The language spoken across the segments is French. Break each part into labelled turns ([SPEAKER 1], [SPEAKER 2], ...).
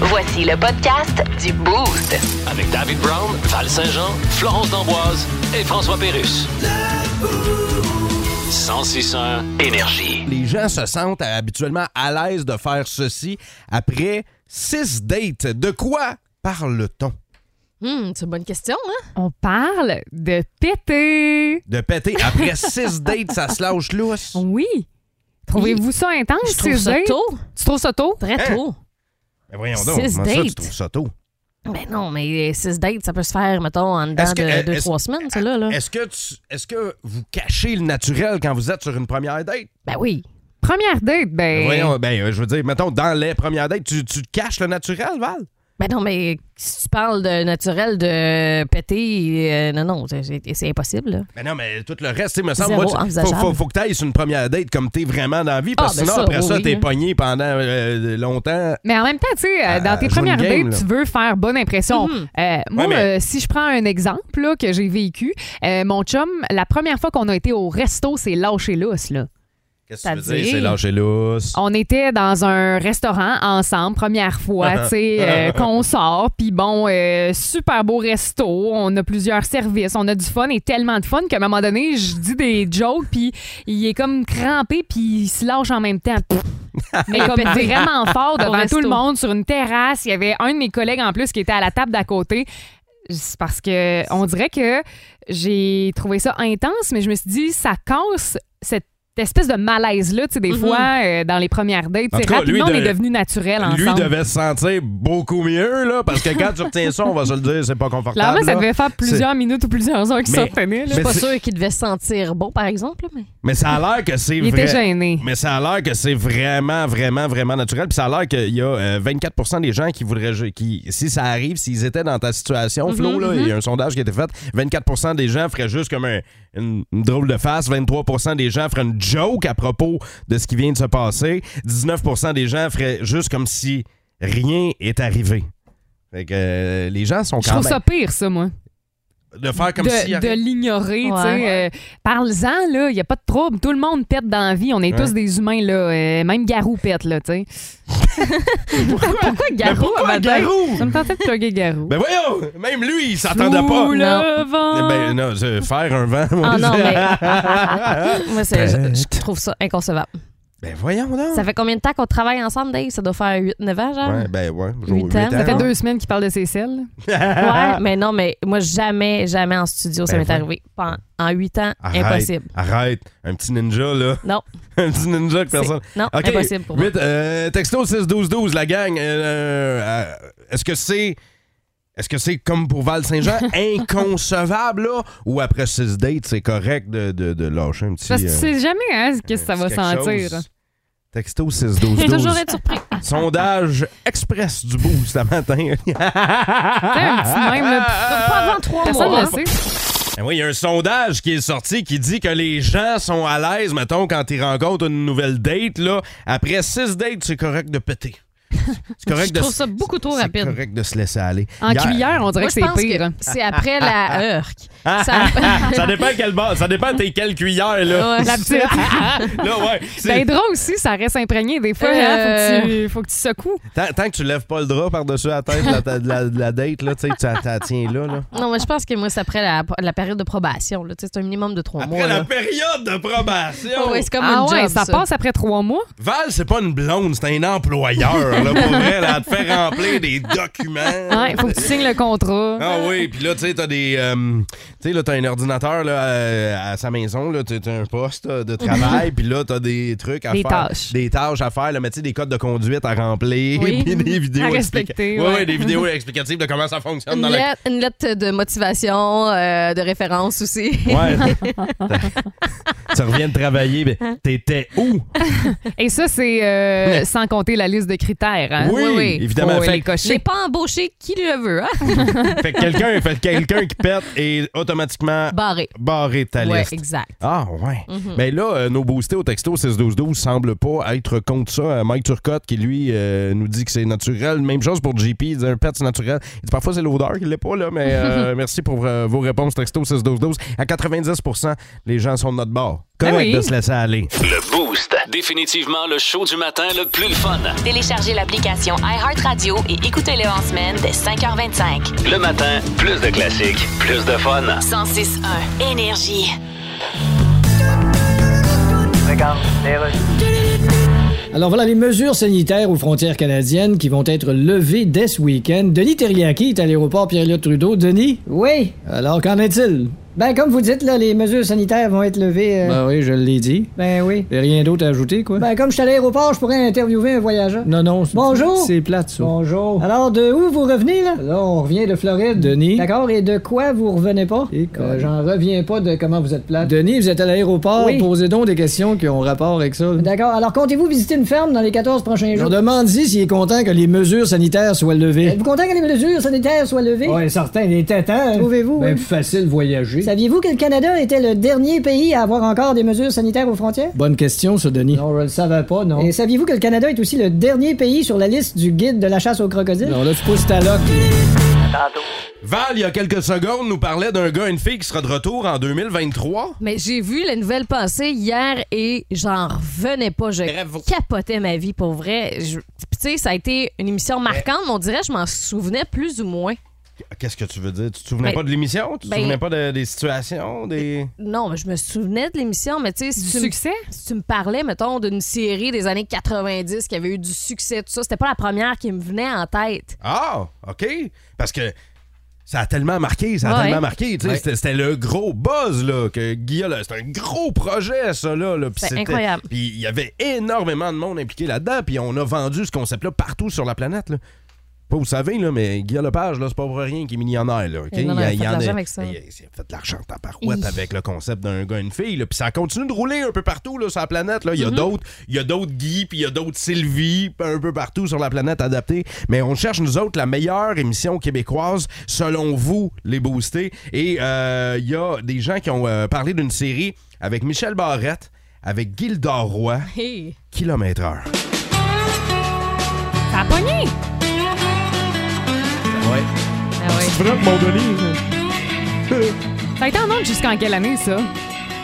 [SPEAKER 1] Voici le podcast du Boost.
[SPEAKER 2] Avec David Brown, Val Saint-Jean, Florence D'Amboise et François Pérus. 1061 Énergie.
[SPEAKER 3] Les gens se sentent habituellement à l'aise de faire ceci après six dates. De quoi parle-t-on?
[SPEAKER 4] Hmm, c'est une bonne question, hein?
[SPEAKER 5] On parle de péter.
[SPEAKER 3] De péter après six dates, ça se lâche lousse.
[SPEAKER 5] Oui. Trouvez-vous ça intense,
[SPEAKER 4] Je trouve
[SPEAKER 5] ces
[SPEAKER 4] ça
[SPEAKER 5] dates?
[SPEAKER 4] tôt.
[SPEAKER 5] Tu trouves ça tôt?
[SPEAKER 4] Très
[SPEAKER 3] Hein?
[SPEAKER 4] tôt.
[SPEAKER 3] Mais voyons donc,
[SPEAKER 5] Six
[SPEAKER 3] comment ça tu
[SPEAKER 5] dates.
[SPEAKER 3] trouves ça tôt?
[SPEAKER 4] Mais Ben non, mais six dates, ça peut se faire, mettons, en dedans
[SPEAKER 3] Est-ce que- euh,
[SPEAKER 4] de deux,
[SPEAKER 3] est-ce- ah,
[SPEAKER 4] trois semaines, ça, là. là.
[SPEAKER 3] Est-ce que, tu- est-ce que vous cachez le naturel quand vous êtes sur une première date?
[SPEAKER 4] Ben oui.
[SPEAKER 5] Première date,
[SPEAKER 4] Eh.
[SPEAKER 5] ben.
[SPEAKER 3] Voyons, ben, euh, je veux dire, mettons, dans les premières dates, tu, tu te caches le naturel, Val?
[SPEAKER 4] Ben non, mais si tu parles de naturel, de péter, euh, non, non, c'est- c'est c'est impossible, là.
[SPEAKER 3] Ben non, mais tout le reste, il me semble,
[SPEAKER 4] Zéro
[SPEAKER 3] moi, tu- faut,
[SPEAKER 4] envisageable.
[SPEAKER 3] faut- faut que tu ailles sur une première date comme t'es vraiment dans la vie, parce que
[SPEAKER 4] Ah, ben
[SPEAKER 3] sinon,
[SPEAKER 4] ça,
[SPEAKER 3] après
[SPEAKER 4] oui,
[SPEAKER 3] ça,
[SPEAKER 4] oui,
[SPEAKER 3] t'es
[SPEAKER 4] hein.
[SPEAKER 3] pogné pendant euh, longtemps.
[SPEAKER 5] Mais en même temps, tu sais, euh,
[SPEAKER 3] À-
[SPEAKER 5] dans tes
[SPEAKER 3] à jouer
[SPEAKER 5] premières
[SPEAKER 3] une game,
[SPEAKER 5] dates,
[SPEAKER 3] là.
[SPEAKER 5] tu veux faire bonne impression.
[SPEAKER 4] Mhm.
[SPEAKER 5] Euh, moi,
[SPEAKER 3] mais-
[SPEAKER 5] euh, si je prends un exemple là, que j'ai vécu, euh, mon chum, la première fois qu'on a été au resto, c'est lâché lousse, là.
[SPEAKER 3] Qu'est-ce
[SPEAKER 5] que tu veux C'est-à-dire?
[SPEAKER 3] C'est
[SPEAKER 5] dire?
[SPEAKER 3] lâcher lousse.
[SPEAKER 5] On était dans un restaurant ensemble, première fois, tu sais, euh, qu'on sort. Puis bon, euh, super beau resto, on a plusieurs services, on a du fun et tellement de fun qu'à un moment donné, je dis des jokes, puis il est comme crampé, puis il se lâche en même temps. Pff. Mais comme vraiment fort
[SPEAKER 4] Au
[SPEAKER 5] devant
[SPEAKER 4] resto.
[SPEAKER 5] tout le monde sur une terrasse. Il y avait un de mes collègues en plus qui était à la table d'à côté. C'est parce que on dirait que j'ai trouvé ça intense, mais je me suis dit, ça casse cette espèce de malaise-là, tu sais, des fois, euh, dans les premières dates.
[SPEAKER 3] En
[SPEAKER 5] tu sais,
[SPEAKER 3] tout cas, lui
[SPEAKER 5] rapidement, on
[SPEAKER 3] de-
[SPEAKER 5] est devenu naturel
[SPEAKER 3] Lui
[SPEAKER 5] ensemble.
[SPEAKER 3] devait se sentir beaucoup mieux, là, parce que quand tu retiens ça, on va se le dire, c'est pas
[SPEAKER 5] Clairement,
[SPEAKER 3] confortable.
[SPEAKER 5] ça
[SPEAKER 3] là.
[SPEAKER 5] devait faire plusieurs minutes ou plusieurs heures qu'il
[SPEAKER 3] Mais-
[SPEAKER 5] s'en tenait.
[SPEAKER 4] Je suis
[SPEAKER 3] Mais
[SPEAKER 4] pas
[SPEAKER 3] c'est-
[SPEAKER 4] sûre qu'il devait se sentir beau, par exemple, là, mais.
[SPEAKER 3] Mais ça a l'air que c'est
[SPEAKER 5] Il
[SPEAKER 3] vrai.
[SPEAKER 5] était gêné.
[SPEAKER 3] Mais ça a l'air que c'est vraiment, vraiment, vraiment naturel. Puis ça a l'air qu'il y a euh, 24 des gens qui voudraient. ju- Qui, si ça arrive, s'ils étaient dans ta situation,
[SPEAKER 5] Mhm,
[SPEAKER 3] Flo, là, il y a un sondage qui a été fait. 24 des gens feraient juste comme un- une, une drôle de face. 23 des gens feraient une joke à propos de ce qui vient de se passer. 19 des gens feraient juste comme si rien est arrivé. Fait que euh, les gens sont
[SPEAKER 5] Je
[SPEAKER 3] quand
[SPEAKER 5] trouve
[SPEAKER 3] même.
[SPEAKER 5] ça pire, ça, moi.
[SPEAKER 3] De faire comme
[SPEAKER 5] de
[SPEAKER 3] si.
[SPEAKER 5] de l'ignorer, tu sais.
[SPEAKER 4] Ouais.
[SPEAKER 5] euh, Parle-en, là, il n'y a pas de trouble. Tout le monde pète dans la vie. On est
[SPEAKER 3] Ouais.
[SPEAKER 5] tous des humains, là. euh, même Garou pète, là, tu sais.
[SPEAKER 4] Pourquoi
[SPEAKER 3] Mais
[SPEAKER 4] Garou?
[SPEAKER 3] pourquoi
[SPEAKER 5] à matin?
[SPEAKER 3] Garou?
[SPEAKER 5] Ça me tentait de plugger Garou.
[SPEAKER 3] Ben voyons! Même lui, il s'attendait pas.
[SPEAKER 5] Sous le vent.
[SPEAKER 3] Ben non, c'est faire un vent. moi,
[SPEAKER 4] Ah non,
[SPEAKER 3] je-
[SPEAKER 4] mais. Moi, c'est- je, je trouve ça inconcevable.
[SPEAKER 3] Ben voyons donc.
[SPEAKER 4] Ça fait combien de temps qu'on travaille ensemble, Dave? Ça doit faire 8-9 ans, genre?
[SPEAKER 3] Ouais, ben ouais.
[SPEAKER 4] Huit
[SPEAKER 3] huit
[SPEAKER 4] ans.
[SPEAKER 5] Ça fait
[SPEAKER 3] hein.
[SPEAKER 5] deux semaines qu'il parle de ses selles. Ah,
[SPEAKER 4] Ouais, mais non, mais moi, jamais, jamais en studio, ça
[SPEAKER 3] Ben,
[SPEAKER 4] m'est
[SPEAKER 3] voyons.
[SPEAKER 4] arrivé. En, en 8 ans,
[SPEAKER 3] Arrête,
[SPEAKER 4] impossible.
[SPEAKER 3] Arrête. Un petit ninja, là.
[SPEAKER 4] Non.
[SPEAKER 3] un petit ninja que
[SPEAKER 4] C'est-
[SPEAKER 3] personne.
[SPEAKER 4] Non,
[SPEAKER 3] OK.
[SPEAKER 4] impossible pour moi.
[SPEAKER 3] Vite, euh, texto 6-12-12, la gang. euh, euh, Est-ce que c'est. Est-ce que c'est comme pour Val-Saint-Jean, inconcevable, là? Ou après 6 dates, c'est correct de, de, de lâcher un petit.
[SPEAKER 5] Parce que tu
[SPEAKER 3] euh,
[SPEAKER 5] sais jamais hein, qu'est-ce que ça
[SPEAKER 3] un
[SPEAKER 5] va
[SPEAKER 3] petit quelque
[SPEAKER 5] sentir. hein?
[SPEAKER 3] chose? Texto 6-12-12.
[SPEAKER 4] Faut toujours être surpris.
[SPEAKER 3] Sondage express du boost ce matin.
[SPEAKER 5] Tu sais, un
[SPEAKER 3] Ah,
[SPEAKER 5] petit même, là,
[SPEAKER 4] Pas avant 3
[SPEAKER 5] personne
[SPEAKER 4] mois.
[SPEAKER 5] ne
[SPEAKER 4] hein.
[SPEAKER 5] le sait.
[SPEAKER 3] Ben oui, il y a un sondage qui est sorti qui dit que les gens sont à l'aise, mettons, quand ils rencontrent une nouvelle date. Là, après six dates, c'est correct de péter. C'est correct
[SPEAKER 4] Je
[SPEAKER 3] de
[SPEAKER 4] trouve
[SPEAKER 3] se-
[SPEAKER 4] ça beaucoup trop
[SPEAKER 3] c'est
[SPEAKER 4] rapide.
[SPEAKER 3] correct de se laisser aller.
[SPEAKER 5] En
[SPEAKER 3] Hier-
[SPEAKER 5] cuillère, on dirait
[SPEAKER 4] Moi, je
[SPEAKER 5] que c'est
[SPEAKER 4] pense
[SPEAKER 5] pire. hein.
[SPEAKER 4] que c'est après la heure. Ça...
[SPEAKER 3] Ah, ça dépend quel bord, ça dépend t'es quelle cuillère là.
[SPEAKER 4] Ouais.
[SPEAKER 5] La petite.
[SPEAKER 3] là ouais. c'est-
[SPEAKER 5] Ben, drap aussi, ça reste imprégné. Des fois, hein,
[SPEAKER 4] Euh.
[SPEAKER 5] faut, que tu, faut que tu secoues.
[SPEAKER 3] Tant, tant que tu lèves pas le drap par-dessus la tête de la, de la- de la date là, tu sais, tu la- tu la tiens là là.
[SPEAKER 4] Non, mais je pense que moi, c'est après la, la période de probation. là. Tu sais, C'est un minimum de 3 mois.
[SPEAKER 3] Après la
[SPEAKER 4] là.
[SPEAKER 3] période de probation.
[SPEAKER 4] Ouais, c'est comme
[SPEAKER 5] ah
[SPEAKER 4] une
[SPEAKER 5] ouais,
[SPEAKER 4] job,
[SPEAKER 5] ça, passe après trois mois.
[SPEAKER 3] Val, c'est pas une blonde, c'est un employeur là pour vrai, là, à te faire remplir des documents.
[SPEAKER 5] Ouais, faut que tu signes le contrat.
[SPEAKER 3] Ah oui, puis là, tu sais, t'as des. euh, tu sais, là, t'as un ordinateur là, à, à sa maison, là, t'as t'as un poste euh, de travail, puis là, t'as des trucs à
[SPEAKER 5] Des
[SPEAKER 3] faire.
[SPEAKER 5] tâches.
[SPEAKER 3] Des tâches à faire, là, mais tu sais, des codes de conduite à remplir,
[SPEAKER 5] Oui.
[SPEAKER 3] puis des vidéos
[SPEAKER 5] À respecter,
[SPEAKER 3] explica- Ouais,
[SPEAKER 5] ouais.
[SPEAKER 3] ouais, des vidéos explicatives de comment ça fonctionne
[SPEAKER 4] Une
[SPEAKER 3] dans la.
[SPEAKER 4] lettre, une lettre de motivation, euh, de référence aussi.
[SPEAKER 3] Ouais. tu reviens de travailler, mais t'étais où?
[SPEAKER 5] Et ça, c'est euh, sans compter la liste de critères. hein.
[SPEAKER 3] Oui, évidemment.
[SPEAKER 5] Faut
[SPEAKER 3] Fait-
[SPEAKER 5] les
[SPEAKER 4] Je n'ai
[SPEAKER 5] cocher.
[SPEAKER 4] pas embauché qui le veut, hein?
[SPEAKER 3] Fait que quelqu'un fait que quelqu'un qui pète et automatiquement
[SPEAKER 4] Barré.
[SPEAKER 3] barré de ta
[SPEAKER 4] Ouais,
[SPEAKER 3] liste.
[SPEAKER 4] exact.
[SPEAKER 3] Ah, ouais. Mais là, euh, nos boostés au texto 6-12-12 semblent pas être contre ça. Euh, Mike Turcotte, qui lui euh, nous dit que c'est naturel. Même chose pour JP, il dit un pet, c'est naturel. Il dit parfois c'est l'odeur qui l'est pas, là, mais euh, merci pour euh, vos réponses texto 6-12-12. À 90 les gens sont de notre bord. Correct
[SPEAKER 5] Ah oui.
[SPEAKER 3] de se laisser aller.
[SPEAKER 2] Le Boost. Définitivement le show du matin le plus le fun.
[SPEAKER 1] Téléchargez l'appli l'application iHeartRadio et écoutez-le en semaine dès 5h25.
[SPEAKER 2] Le matin, plus de classiques, plus de fun.
[SPEAKER 1] 106.1 Énergie.
[SPEAKER 6] Alors voilà les mesures sanitaires aux frontières canadiennes qui vont être levées dès ce week-end. Denis Terriaki est à l'aéroport Pierre-Luc Trudeau. Denis? Oui. Alors qu'en est-il? Ben comme vous dites, là, les mesures sanitaires vont être levées. Ben oui, je l'ai dit. Ben oui. rien d'autre à ajouter, quoi. Ben comme je suis à l'aéroport, je pourrais interviewer un voyageur. Non, non. Bonjour. C'est plate, ça. Bonjour. Alors de où vous revenez, là? Là, on revient de Floride. Denis. D'accord, et de quoi vous revenez pas? Euh, J'en reviens pas de comment vous êtes plate. Denis, vous êtes à l'aéroport. Posez donc des questions qui ont rapport avec ça. D'accord. Alors comptez-vous visiter une ferme dans les 14 prochains jours? On demande si s'il est content que les mesures sanitaires soient levées. Êtes-vous content que les mesures sanitaires soient levées? Oui, certain, les tétans. Trouvez-vous? Ben, plus facile voyager. Saviez-vous que le Canada était le dernier pays à avoir encore des mesures sanitaires aux frontières? Bonne question, ça, Denis. Non, je le savais pas, non. Et saviez-vous que le Canada est aussi le dernier pays sur la liste du guide de la chasse aux crocodiles? Non, là, tu pousses ta loque.
[SPEAKER 3] Val, il y a quelques secondes, nous parlait d'un gars et une fille qui sera de retour en 2023.
[SPEAKER 4] Mais j'ai vu la nouvelle passer hier et j'en revenais pas. Je capotais ma vie pour vrai. Je- Tu sais, ça a été une émission marquante, mais on dirait que je m'en souvenais plus ou moins.
[SPEAKER 3] Qu'est-ce que tu veux dire? Tu te souvenais
[SPEAKER 4] Ben,
[SPEAKER 3] pas de l'émission? Tu te
[SPEAKER 4] ben-
[SPEAKER 3] souvenais pas de- des situations? Des...
[SPEAKER 4] Non, mais je me souvenais de l'émission, mais tu sais,
[SPEAKER 5] Du
[SPEAKER 4] si, tu me-
[SPEAKER 5] succès?
[SPEAKER 4] si tu me parlais, mettons, d'une série des années 90 qui avait eu du succès, tout ça, c'était pas la première qui me venait en tête.
[SPEAKER 3] Ah, OK. Parce que ça a tellement marqué, ça a
[SPEAKER 4] Ouais.
[SPEAKER 3] tellement marqué. tu sais, C'était, c'était le gros buzz, là, que Guilla, là, c'était un gros projet, ça, là. là, puis
[SPEAKER 4] C'était
[SPEAKER 3] c'était-
[SPEAKER 4] incroyable.
[SPEAKER 3] Puis il y avait énormément de monde impliqué là-dedans, puis on a vendu ce concept-là partout sur la planète, là. Pas vous savez, là, mais Guilla Lepage, là, c'est pas pour rien qu'il est millionnaire, là. OK?
[SPEAKER 4] Il en a fait de
[SPEAKER 3] en
[SPEAKER 4] l'argent avec ça.
[SPEAKER 3] il a- il a fait de l'argent en tabarouette avec le concept d'un gars et une fille, là. Puis ça continue de rouler un peu partout, là, sur la planète, là. Il y a
[SPEAKER 4] Mhm.
[SPEAKER 3] d'autres, il y a d'autres Guy, puis il y a d'autres Sylvie, puis un peu partout sur la planète adaptée. Mais on cherche, nous autres, la meilleure émission québécoise, selon vous, les boostés. Et euh, il y a des gens qui ont euh, parlé d'une série avec Michel Barrette, avec Gilda Roy,
[SPEAKER 4] Hey.
[SPEAKER 3] Kilomètre Heure.
[SPEAKER 5] Ça a pogné!
[SPEAKER 4] Ah ouais.
[SPEAKER 5] Ça a été en ondes jusqu'en quelle année, ça?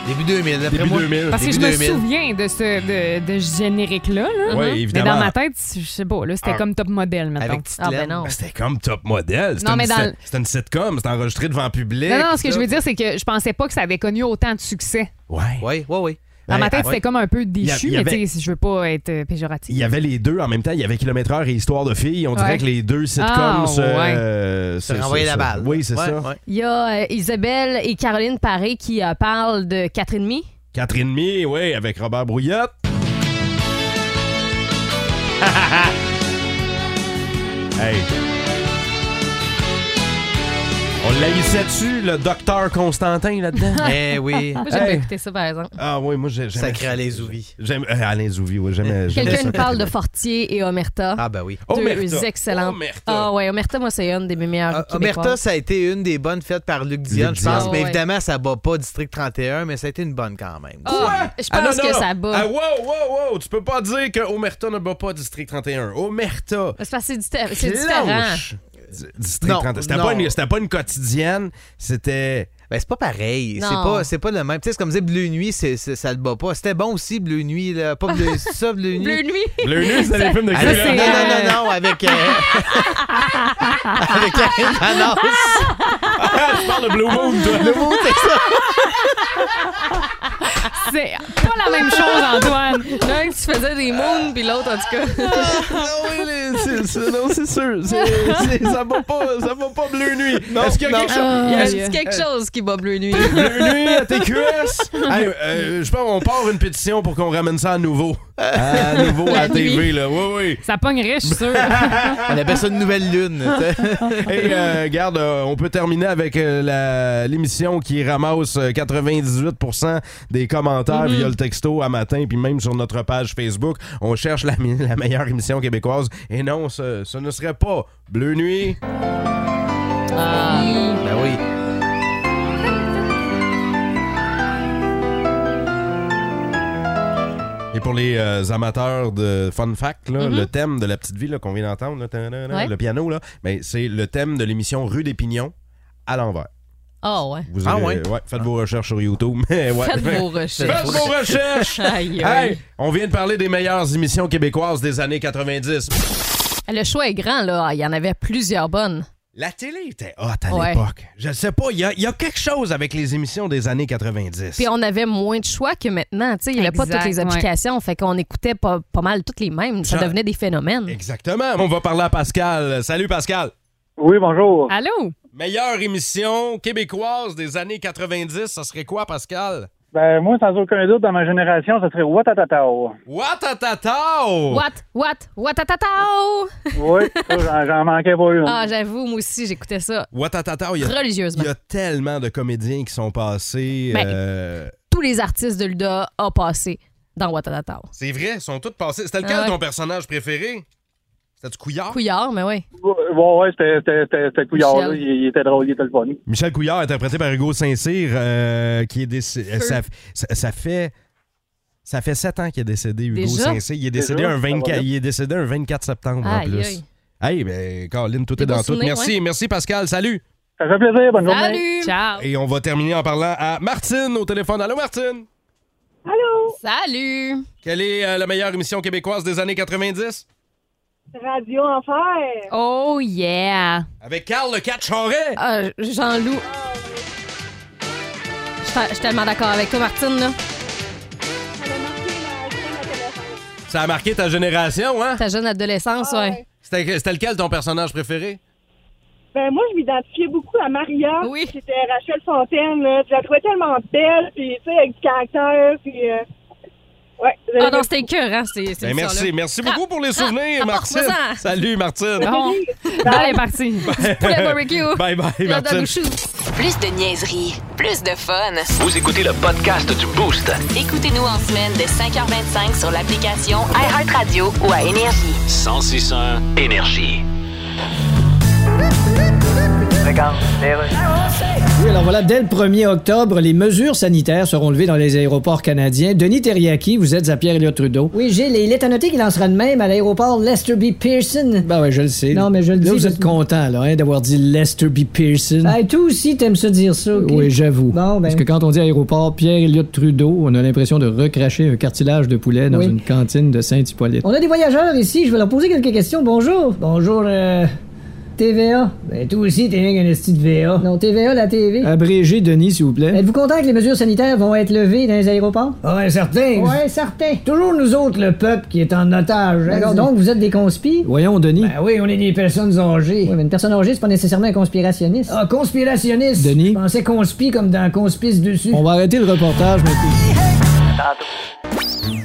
[SPEAKER 7] Début 2000, d'après
[SPEAKER 3] Début
[SPEAKER 7] moi.
[SPEAKER 3] 2000.
[SPEAKER 5] Parce que
[SPEAKER 7] Début
[SPEAKER 5] je me
[SPEAKER 7] 2000.
[SPEAKER 5] souviens de ce de, de ce générique-là. là.
[SPEAKER 3] Oui,
[SPEAKER 5] Mais
[SPEAKER 3] évidemment.
[SPEAKER 5] dans ma tête, je sais pas, là, c'était
[SPEAKER 3] Ah.
[SPEAKER 5] comme top modèle, maintenant.
[SPEAKER 7] Avec
[SPEAKER 4] Ah,
[SPEAKER 7] Titelaine.
[SPEAKER 4] ben non.
[SPEAKER 3] Ben, C'était comme top modèle. C'était
[SPEAKER 5] Non, mais
[SPEAKER 3] une,
[SPEAKER 5] dans
[SPEAKER 3] sit-
[SPEAKER 5] le-
[SPEAKER 3] c'était une sitcom, c'était enregistré devant public.
[SPEAKER 5] Non, non, ce que
[SPEAKER 3] tout
[SPEAKER 5] je veux
[SPEAKER 3] ça.
[SPEAKER 5] dire, c'est que je pensais pas que ça avait connu autant de succès.
[SPEAKER 3] Ouais.
[SPEAKER 7] Oui, oui, oui.
[SPEAKER 5] Dans
[SPEAKER 3] Ouais,
[SPEAKER 5] ma tête,
[SPEAKER 3] ah,
[SPEAKER 5] c'était comme un peu déchu,
[SPEAKER 3] Il y a- il y
[SPEAKER 5] mais
[SPEAKER 3] avait-
[SPEAKER 5] tu sais, je veux pas être euh, péjoratif.
[SPEAKER 3] Il y avait les deux en même temps. Il y avait Kilomètre Heure et Histoire de filles. On dirait
[SPEAKER 5] Ouais.
[SPEAKER 3] que les deux sitcoms
[SPEAKER 5] Ah,
[SPEAKER 3] se,
[SPEAKER 5] ouais.
[SPEAKER 3] euh,
[SPEAKER 7] Se renvoyer la balle.
[SPEAKER 3] Oui, c'est
[SPEAKER 7] Ouais,
[SPEAKER 3] ça.
[SPEAKER 7] ouais.
[SPEAKER 4] Il y a euh, Isabelle et Caroline Paré qui euh, parlent de 4,5.
[SPEAKER 3] Quatre et demi, oui, avec Robert Brouillotte. hey. On l'haïssait dessus, le docteur Constantin, là-dedans?
[SPEAKER 7] Eh oui,
[SPEAKER 4] Moi, j'aime
[SPEAKER 3] Hey.
[SPEAKER 4] écouter ça, par exemple.
[SPEAKER 3] ah oui, moi, j'ai- j'aimais
[SPEAKER 7] sacré Alain Zouvi.
[SPEAKER 3] J'aime euh, Alain Zouvi, oui, j'aimais. j'aimais
[SPEAKER 4] Quelqu'un
[SPEAKER 3] ça.
[SPEAKER 4] nous parle de Fortier et Omerta.
[SPEAKER 7] Ah ben oui.
[SPEAKER 4] Deux
[SPEAKER 3] Omerta.
[SPEAKER 4] excellentes.
[SPEAKER 3] Omerta.
[SPEAKER 4] Ah ouais, Omerta, moi, c'est une des mes meilleures
[SPEAKER 7] Ah, Omerta,
[SPEAKER 4] québécoises.
[SPEAKER 7] ça a été une des bonnes faites par Luc Dion,
[SPEAKER 3] Luc
[SPEAKER 7] je pense. Mais
[SPEAKER 4] Dionne. Ah, Ouais.
[SPEAKER 7] évidemment, ça bat pas District 31, mais ça a été une bonne quand même.
[SPEAKER 4] Ah, je pense
[SPEAKER 3] Ah, non, non,
[SPEAKER 4] que
[SPEAKER 3] non.
[SPEAKER 4] ça bat.
[SPEAKER 3] Ah, wow, wow, wow. Tu peux pas dire que Omerta ne bat pas District 31. Omerta.
[SPEAKER 4] Ah, C'est parce que c'est dita- c'est différent.
[SPEAKER 3] clenche Di- District
[SPEAKER 7] Non,
[SPEAKER 3] 31. C'était
[SPEAKER 7] non.
[SPEAKER 3] pas, une- c'était pas une quotidienne. C'était.
[SPEAKER 7] Ben, c'est pas pareil. C'est
[SPEAKER 4] Non.
[SPEAKER 7] pas, c'est pas le même. Tu sais, c'est comme dire Bleu Nuit, c'est, c'est- ça le bat pas. C'était bon aussi, Bleu Nuit. Là. Pas Bleu, c'est ça, Bleu Nuit.
[SPEAKER 4] Bleu nuit.
[SPEAKER 3] Le nu, c'était les films de
[SPEAKER 7] Avec-
[SPEAKER 5] Ça,
[SPEAKER 7] non,
[SPEAKER 5] c'est, euh,
[SPEAKER 7] non, non, non, avec. euh, avec Karine Vanas.
[SPEAKER 3] Je parle Ah, de Blue Moon, toi.
[SPEAKER 7] Le mot, c'est ça.
[SPEAKER 5] C'est pas la même chose, Antoine.
[SPEAKER 4] L'un qui se faisait des moons, puis l'autre, en tout cas.
[SPEAKER 3] Non, Ah oui, les- c'est- c'est- non, c'est sûr. C'est- c'est- ça va pas, ça va pas Bleu Nuit. Est-ce qu'il y a
[SPEAKER 7] non.
[SPEAKER 3] quelque chose?
[SPEAKER 4] Il y a
[SPEAKER 5] Ah,
[SPEAKER 4] juste quelque chose qui bat bleu nuit.
[SPEAKER 3] Bleu Nuit à TQS? Hey, euh, je pense qu'on part une pétition pour qu'on ramène ça à nouveau. À nouveau à
[SPEAKER 4] La
[SPEAKER 3] la TV, là. Oui, oui.
[SPEAKER 5] Ça pognerait, je suis sûr.
[SPEAKER 7] On appelle ça une nouvelle lune. tu sais.
[SPEAKER 3] Et euh, regarde, euh, on peut terminer avec euh, la- l'émission qui ramasse euh, 98% des commentaires
[SPEAKER 7] Mm-hmm.
[SPEAKER 3] via le texto à matin, puis même sur notre page Facebook. On cherche la, mi- la meilleure émission québécoise. Et non, ce, ce ne serait pas Bleu Nuit.
[SPEAKER 4] Ah.
[SPEAKER 7] Ben oui.
[SPEAKER 3] Et pour les euh, amateurs de fun fact, là,
[SPEAKER 7] Mm-hmm.
[SPEAKER 3] le thème de la petite vie là, qu'on vient d'entendre, là, tadadada,
[SPEAKER 4] Ouais.
[SPEAKER 3] le piano, là, ben, c'est le thème de l'émission Rue des Pignons à l'envers.
[SPEAKER 4] Ah ouais.
[SPEAKER 3] Vous
[SPEAKER 7] Ah
[SPEAKER 3] aurez-
[SPEAKER 7] ouais?
[SPEAKER 3] faites vos recherches sur YouTube. mais ouais.
[SPEAKER 4] Faites vos
[SPEAKER 3] Faites
[SPEAKER 4] recherches.
[SPEAKER 3] vos recherches!
[SPEAKER 4] Aïe, aïe.
[SPEAKER 3] Hey, on vient de parler des meilleures émissions québécoises des années 90.
[SPEAKER 4] Le choix est grand, là. Il y en avait plusieurs bonnes.
[SPEAKER 3] La télé était hot à
[SPEAKER 4] Ouais.
[SPEAKER 3] l'époque. Je sais pas, il y, a- il y a quelque chose avec les émissions des années 90.
[SPEAKER 4] Puis on avait moins de choix que maintenant. Tu sais, il n'y avait pas
[SPEAKER 5] Exact,
[SPEAKER 4] toutes les
[SPEAKER 5] ouais.
[SPEAKER 4] applications. Fait qu'on écoutait pas, pas mal toutes les mêmes. Ça
[SPEAKER 3] Ça-
[SPEAKER 4] devenait des phénomènes.
[SPEAKER 3] Exactement. On va parler à Pascal. Salut Pascal.
[SPEAKER 8] Oui, bonjour.
[SPEAKER 5] Allô?
[SPEAKER 3] Meilleure émission québécoise des années 90, ça serait quoi, Pascal?
[SPEAKER 8] Ben, moi, sans aucun doute, dans ma génération, ça serait Watatatao.
[SPEAKER 3] Watatatao!
[SPEAKER 4] What, what, what,
[SPEAKER 8] Oui, ça, j'en- j'en manquais pas une.
[SPEAKER 4] Ah, j'avoue, moi aussi, j'écoutais ça
[SPEAKER 3] Watatatao, il y, a- il
[SPEAKER 4] religieusement.
[SPEAKER 3] y a tellement de comédiens qui sont passés.
[SPEAKER 4] Ben,
[SPEAKER 3] euh,
[SPEAKER 4] Tous les artistes de Luda ont passé dans Watatatao.
[SPEAKER 3] C'est vrai, ils sont tous passés. C'était lequel
[SPEAKER 4] Ah ouais.
[SPEAKER 3] ton personnage préféré? C'était du Couillard?
[SPEAKER 4] Couillard, mais oui.
[SPEAKER 8] Ouais, ouais, c'était- c'était c'était- c'était couillard,
[SPEAKER 4] Michel.
[SPEAKER 8] là. Il, il était drôle, il était le fun.
[SPEAKER 3] Michel Couillard, interprété par Hugo Saint-Cyr, euh, qui est décédé. Ça, ça- ça fait. Ça fait sept ans qu'il est décédé, Hugo
[SPEAKER 4] Déjà?
[SPEAKER 3] Saint-Cyr. Il est décédé,
[SPEAKER 8] Déjà?
[SPEAKER 3] un 24,
[SPEAKER 8] Ça va
[SPEAKER 3] il est décédé un 24 septembre en
[SPEAKER 4] Aïe,
[SPEAKER 3] plus.
[SPEAKER 4] aïe.
[SPEAKER 3] Hey, ben, Caroline, tout
[SPEAKER 4] Des
[SPEAKER 3] est dans
[SPEAKER 4] beaux
[SPEAKER 3] tout.
[SPEAKER 4] souvenirs,
[SPEAKER 3] Merci, merci Pascal, salut.
[SPEAKER 8] Ça fait plaisir, bonne journée.
[SPEAKER 4] Salut!
[SPEAKER 5] Ciao.
[SPEAKER 3] Et on va terminer en parlant à Martine au téléphone. Allô, Martine?
[SPEAKER 4] Salut!
[SPEAKER 3] Quelle est euh, la meilleure émission québécoise des années 90?
[SPEAKER 9] Radio Enfer.
[SPEAKER 5] Oh yeah.
[SPEAKER 3] Avec Carl le 4 Charret.
[SPEAKER 4] Ah, Jean-Loup. Je suis- Je suis tellement d'accord avec toi, Martine. Là.
[SPEAKER 9] Elle a marqué ma chaîne à téléphone.
[SPEAKER 3] Ça a marqué ta génération, hein?
[SPEAKER 4] Ta jeune adolescence,
[SPEAKER 9] Ah,
[SPEAKER 4] ouais.
[SPEAKER 9] ouais.
[SPEAKER 3] C'était c'était lequel ton personnage préféré?
[SPEAKER 9] Ben, moi, je m'identifiais beaucoup à Maria.
[SPEAKER 4] Oui.
[SPEAKER 9] C'était Rachel Fontaine, là. Je la trouvais tellement belle, puis, tu sais, avec du caractère, puis, euh, ouais.
[SPEAKER 4] Ah non, c'était cœur, hein, ces, ces
[SPEAKER 3] Ben, merci,
[SPEAKER 4] émissions-là.
[SPEAKER 3] merci beaucoup pour les souvenirs, Martine.
[SPEAKER 4] rapporte-moi Ah, ça.
[SPEAKER 3] Salut, Martine.
[SPEAKER 5] Bon, elle est partie.
[SPEAKER 4] Poulet barbecue.
[SPEAKER 3] Bye bye,
[SPEAKER 4] Viande à
[SPEAKER 3] Martine.
[SPEAKER 4] louchou.
[SPEAKER 1] Plus de niaiserie, plus de fun.
[SPEAKER 2] Vous écoutez le podcast du Boost.
[SPEAKER 1] Écoutez-nous en semaine de 5h25 sur l'application iHeartRadio ou à Énergie.
[SPEAKER 2] 1061 Énergie.
[SPEAKER 6] Oui, alors voilà, dès le 1er octobre, les mesures sanitaires seront levées dans les aéroports canadiens. Denis Terriaki, vous êtes à Pierre-Éliott Trudeau. Oui, Gilles, et il est à noter qu'il en sera de même à l'aéroport Lester B. Pearson. Ben ouais, je le sais. Non, mais je le dis. Là, vous êtes content, là, hein, d'avoir dit Lester B. Pearson. Ben, toi aussi, t'aimes ça dire ça, Oui, j'avoue. Parce que quand on dit aéroport Pierre-Éliott Trudeau, on a l'impression de recracher un cartilage de poulet dans une cantine de Saint-Hippolyte. On a des voyageurs ici, je vais leur poser quelques questions. Bonjour. Bonjour, euh... TVA. Ben, toi aussi, t'es rien qu'un esti de VA. Non, TVA, la TV. Abrégé, Denis, s'il vous plaît. Êtes-vous content que les mesures sanitaires vont être levées dans les aéroports? Ouais, certain. Ouais, certain. Toujours nous autres, le peuple qui est en otage. D'accord, donc vous êtes des conspires? Voyons, Denis. Ben oui, on est des personnes âgées. Oui, mais une personne âgée, c'est pas nécessairement un conspirationniste. Ah, conspirationniste? Denis? Je pensais conspi comme dans conspice dessus. On va arrêter le reportage maintenant.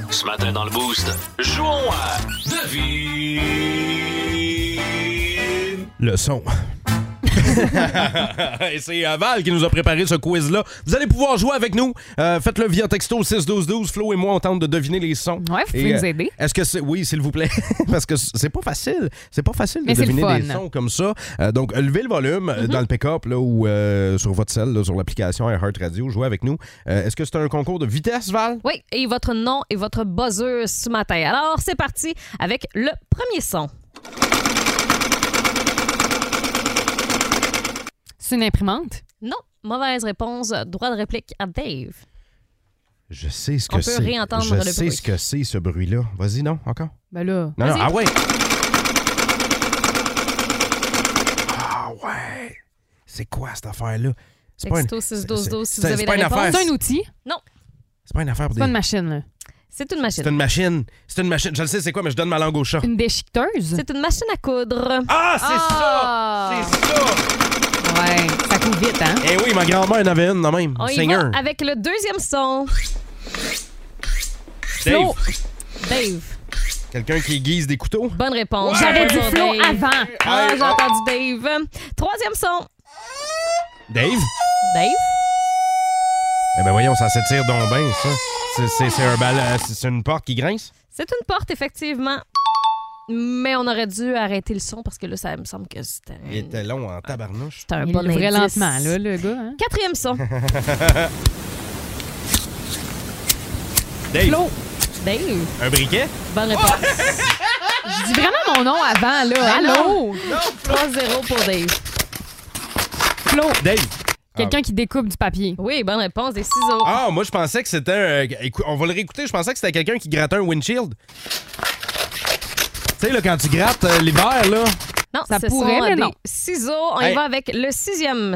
[SPEAKER 2] Ce matin dans le Boost, jouons à Devine.
[SPEAKER 3] Le son. Et c'est euh, Val qui nous a préparé ce quiz-là. Vous allez pouvoir jouer avec nous. Euh, Faites-le via texto 61212. Flo et moi, on tente de deviner les sons.
[SPEAKER 5] Ouais, vous
[SPEAKER 3] Et,
[SPEAKER 5] pouvez nous
[SPEAKER 3] euh,
[SPEAKER 5] aider.
[SPEAKER 3] Est-ce que c'est. Oui, s'il vous plaît. Parce que c'est pas facile. C'est pas facile
[SPEAKER 5] Mais
[SPEAKER 3] de
[SPEAKER 5] c'est le
[SPEAKER 3] deviner des
[SPEAKER 5] fun. Mm-hmm.
[SPEAKER 3] sons comme ça. Euh, donc, levez le volume euh, dans le pick-up là, ou euh, sur votre cell, là, sur l'application iHeart Radio. Jouez avec nous. Euh, Est-ce que c'est un concours de vitesse, Val?
[SPEAKER 4] Oui, et votre nom et votre buzzer ce matin. Alors, c'est parti avec le premier son.
[SPEAKER 5] C'est une imprimante.
[SPEAKER 4] Non, mauvaise réponse. Droit de réplique à Dave.
[SPEAKER 3] Je sais ce
[SPEAKER 4] On
[SPEAKER 3] que
[SPEAKER 4] peut
[SPEAKER 3] c'est.
[SPEAKER 4] réentendre
[SPEAKER 3] Je
[SPEAKER 4] le
[SPEAKER 3] sais
[SPEAKER 4] bruit.
[SPEAKER 3] ce que c'est, ce bruit-là. Vas-y, non? Encore?
[SPEAKER 5] Ben là.
[SPEAKER 3] Non, non,
[SPEAKER 4] Vas-y.
[SPEAKER 3] ah ouais! Ah ouais! C'est quoi cette affaire-là? C'est pas, une...
[SPEAKER 4] Texto 61212 si
[SPEAKER 3] c'est-
[SPEAKER 4] vous avez
[SPEAKER 3] c'est
[SPEAKER 4] la
[SPEAKER 3] pas une
[SPEAKER 4] réponse.
[SPEAKER 3] affaire.
[SPEAKER 5] C'est un outil.
[SPEAKER 3] c'est pas une affaire pour
[SPEAKER 5] C'est pas
[SPEAKER 3] des...
[SPEAKER 5] une machine, là.
[SPEAKER 4] C'est une machine.
[SPEAKER 3] C'est une machine. C'est une machine. Je le sais, c'est quoi, mais je donne ma langue au chat.
[SPEAKER 5] Une déchiqueteuse.
[SPEAKER 4] C'est une machine à coudre.
[SPEAKER 3] Ah, c'est
[SPEAKER 5] Ah!
[SPEAKER 3] ça! C'est ça!
[SPEAKER 5] Ouais. Ça coûte vite, hein?
[SPEAKER 3] Eh oui, ma grand-mère en avait une, de même.
[SPEAKER 4] On y
[SPEAKER 3] Seigneur.
[SPEAKER 4] va avec le deuxième son.
[SPEAKER 3] Dave,
[SPEAKER 5] Flo.
[SPEAKER 4] Dave,
[SPEAKER 3] quelqu'un qui aiguise des couteaux.
[SPEAKER 4] bonne réponse.
[SPEAKER 5] J'avais
[SPEAKER 4] Bravo,
[SPEAKER 5] dit Flo
[SPEAKER 4] Dave.
[SPEAKER 5] avant.
[SPEAKER 4] Ah,
[SPEAKER 3] Hey,
[SPEAKER 4] j'ai
[SPEAKER 3] oh.
[SPEAKER 4] entendu Dave. Troisième son.
[SPEAKER 3] Dave?
[SPEAKER 4] Dave,
[SPEAKER 3] Eh ben voyons, ça s'étire donc bien, ça. C'est- C'est c'est un bal- euh, c'est- c'est une porte qui grince?
[SPEAKER 4] c'est une porte, effectivement. Mais on aurait dû arrêter le son parce que là, ça me semble que c'était un,
[SPEAKER 3] Il était long en tabarnouche.
[SPEAKER 4] c'était un
[SPEAKER 5] Il
[SPEAKER 4] bon
[SPEAKER 5] ouvrait
[SPEAKER 4] indice.
[SPEAKER 5] lentement, là, le gars. Hein?
[SPEAKER 4] Quatrième son.
[SPEAKER 3] Dave,
[SPEAKER 5] Flo.
[SPEAKER 4] Dave,
[SPEAKER 3] un briquet?
[SPEAKER 4] bonne réponse.
[SPEAKER 5] Je dis vraiment mon nom avant, là. Allô?
[SPEAKER 4] 3-0 pour Dave.
[SPEAKER 5] Flo.
[SPEAKER 4] Oh.
[SPEAKER 3] Dave!
[SPEAKER 5] Quelqu'un qui découpe du papier.
[SPEAKER 3] Oh,
[SPEAKER 4] Oui, bonne réponse des ciseaux.
[SPEAKER 3] Ah, moi, je pensais que c'était un. écou- on va le réécouter. Je pensais que c'était quelqu'un qui grattait un windshield. Tu sais, là, quand tu grattes euh, l'hiver, là.
[SPEAKER 4] Non,
[SPEAKER 5] Ça
[SPEAKER 4] ce
[SPEAKER 5] pourrait,
[SPEAKER 4] sont
[SPEAKER 5] mais
[SPEAKER 4] des
[SPEAKER 5] non.
[SPEAKER 4] ciseaux. On
[SPEAKER 3] Hey.
[SPEAKER 4] y va avec le sixième.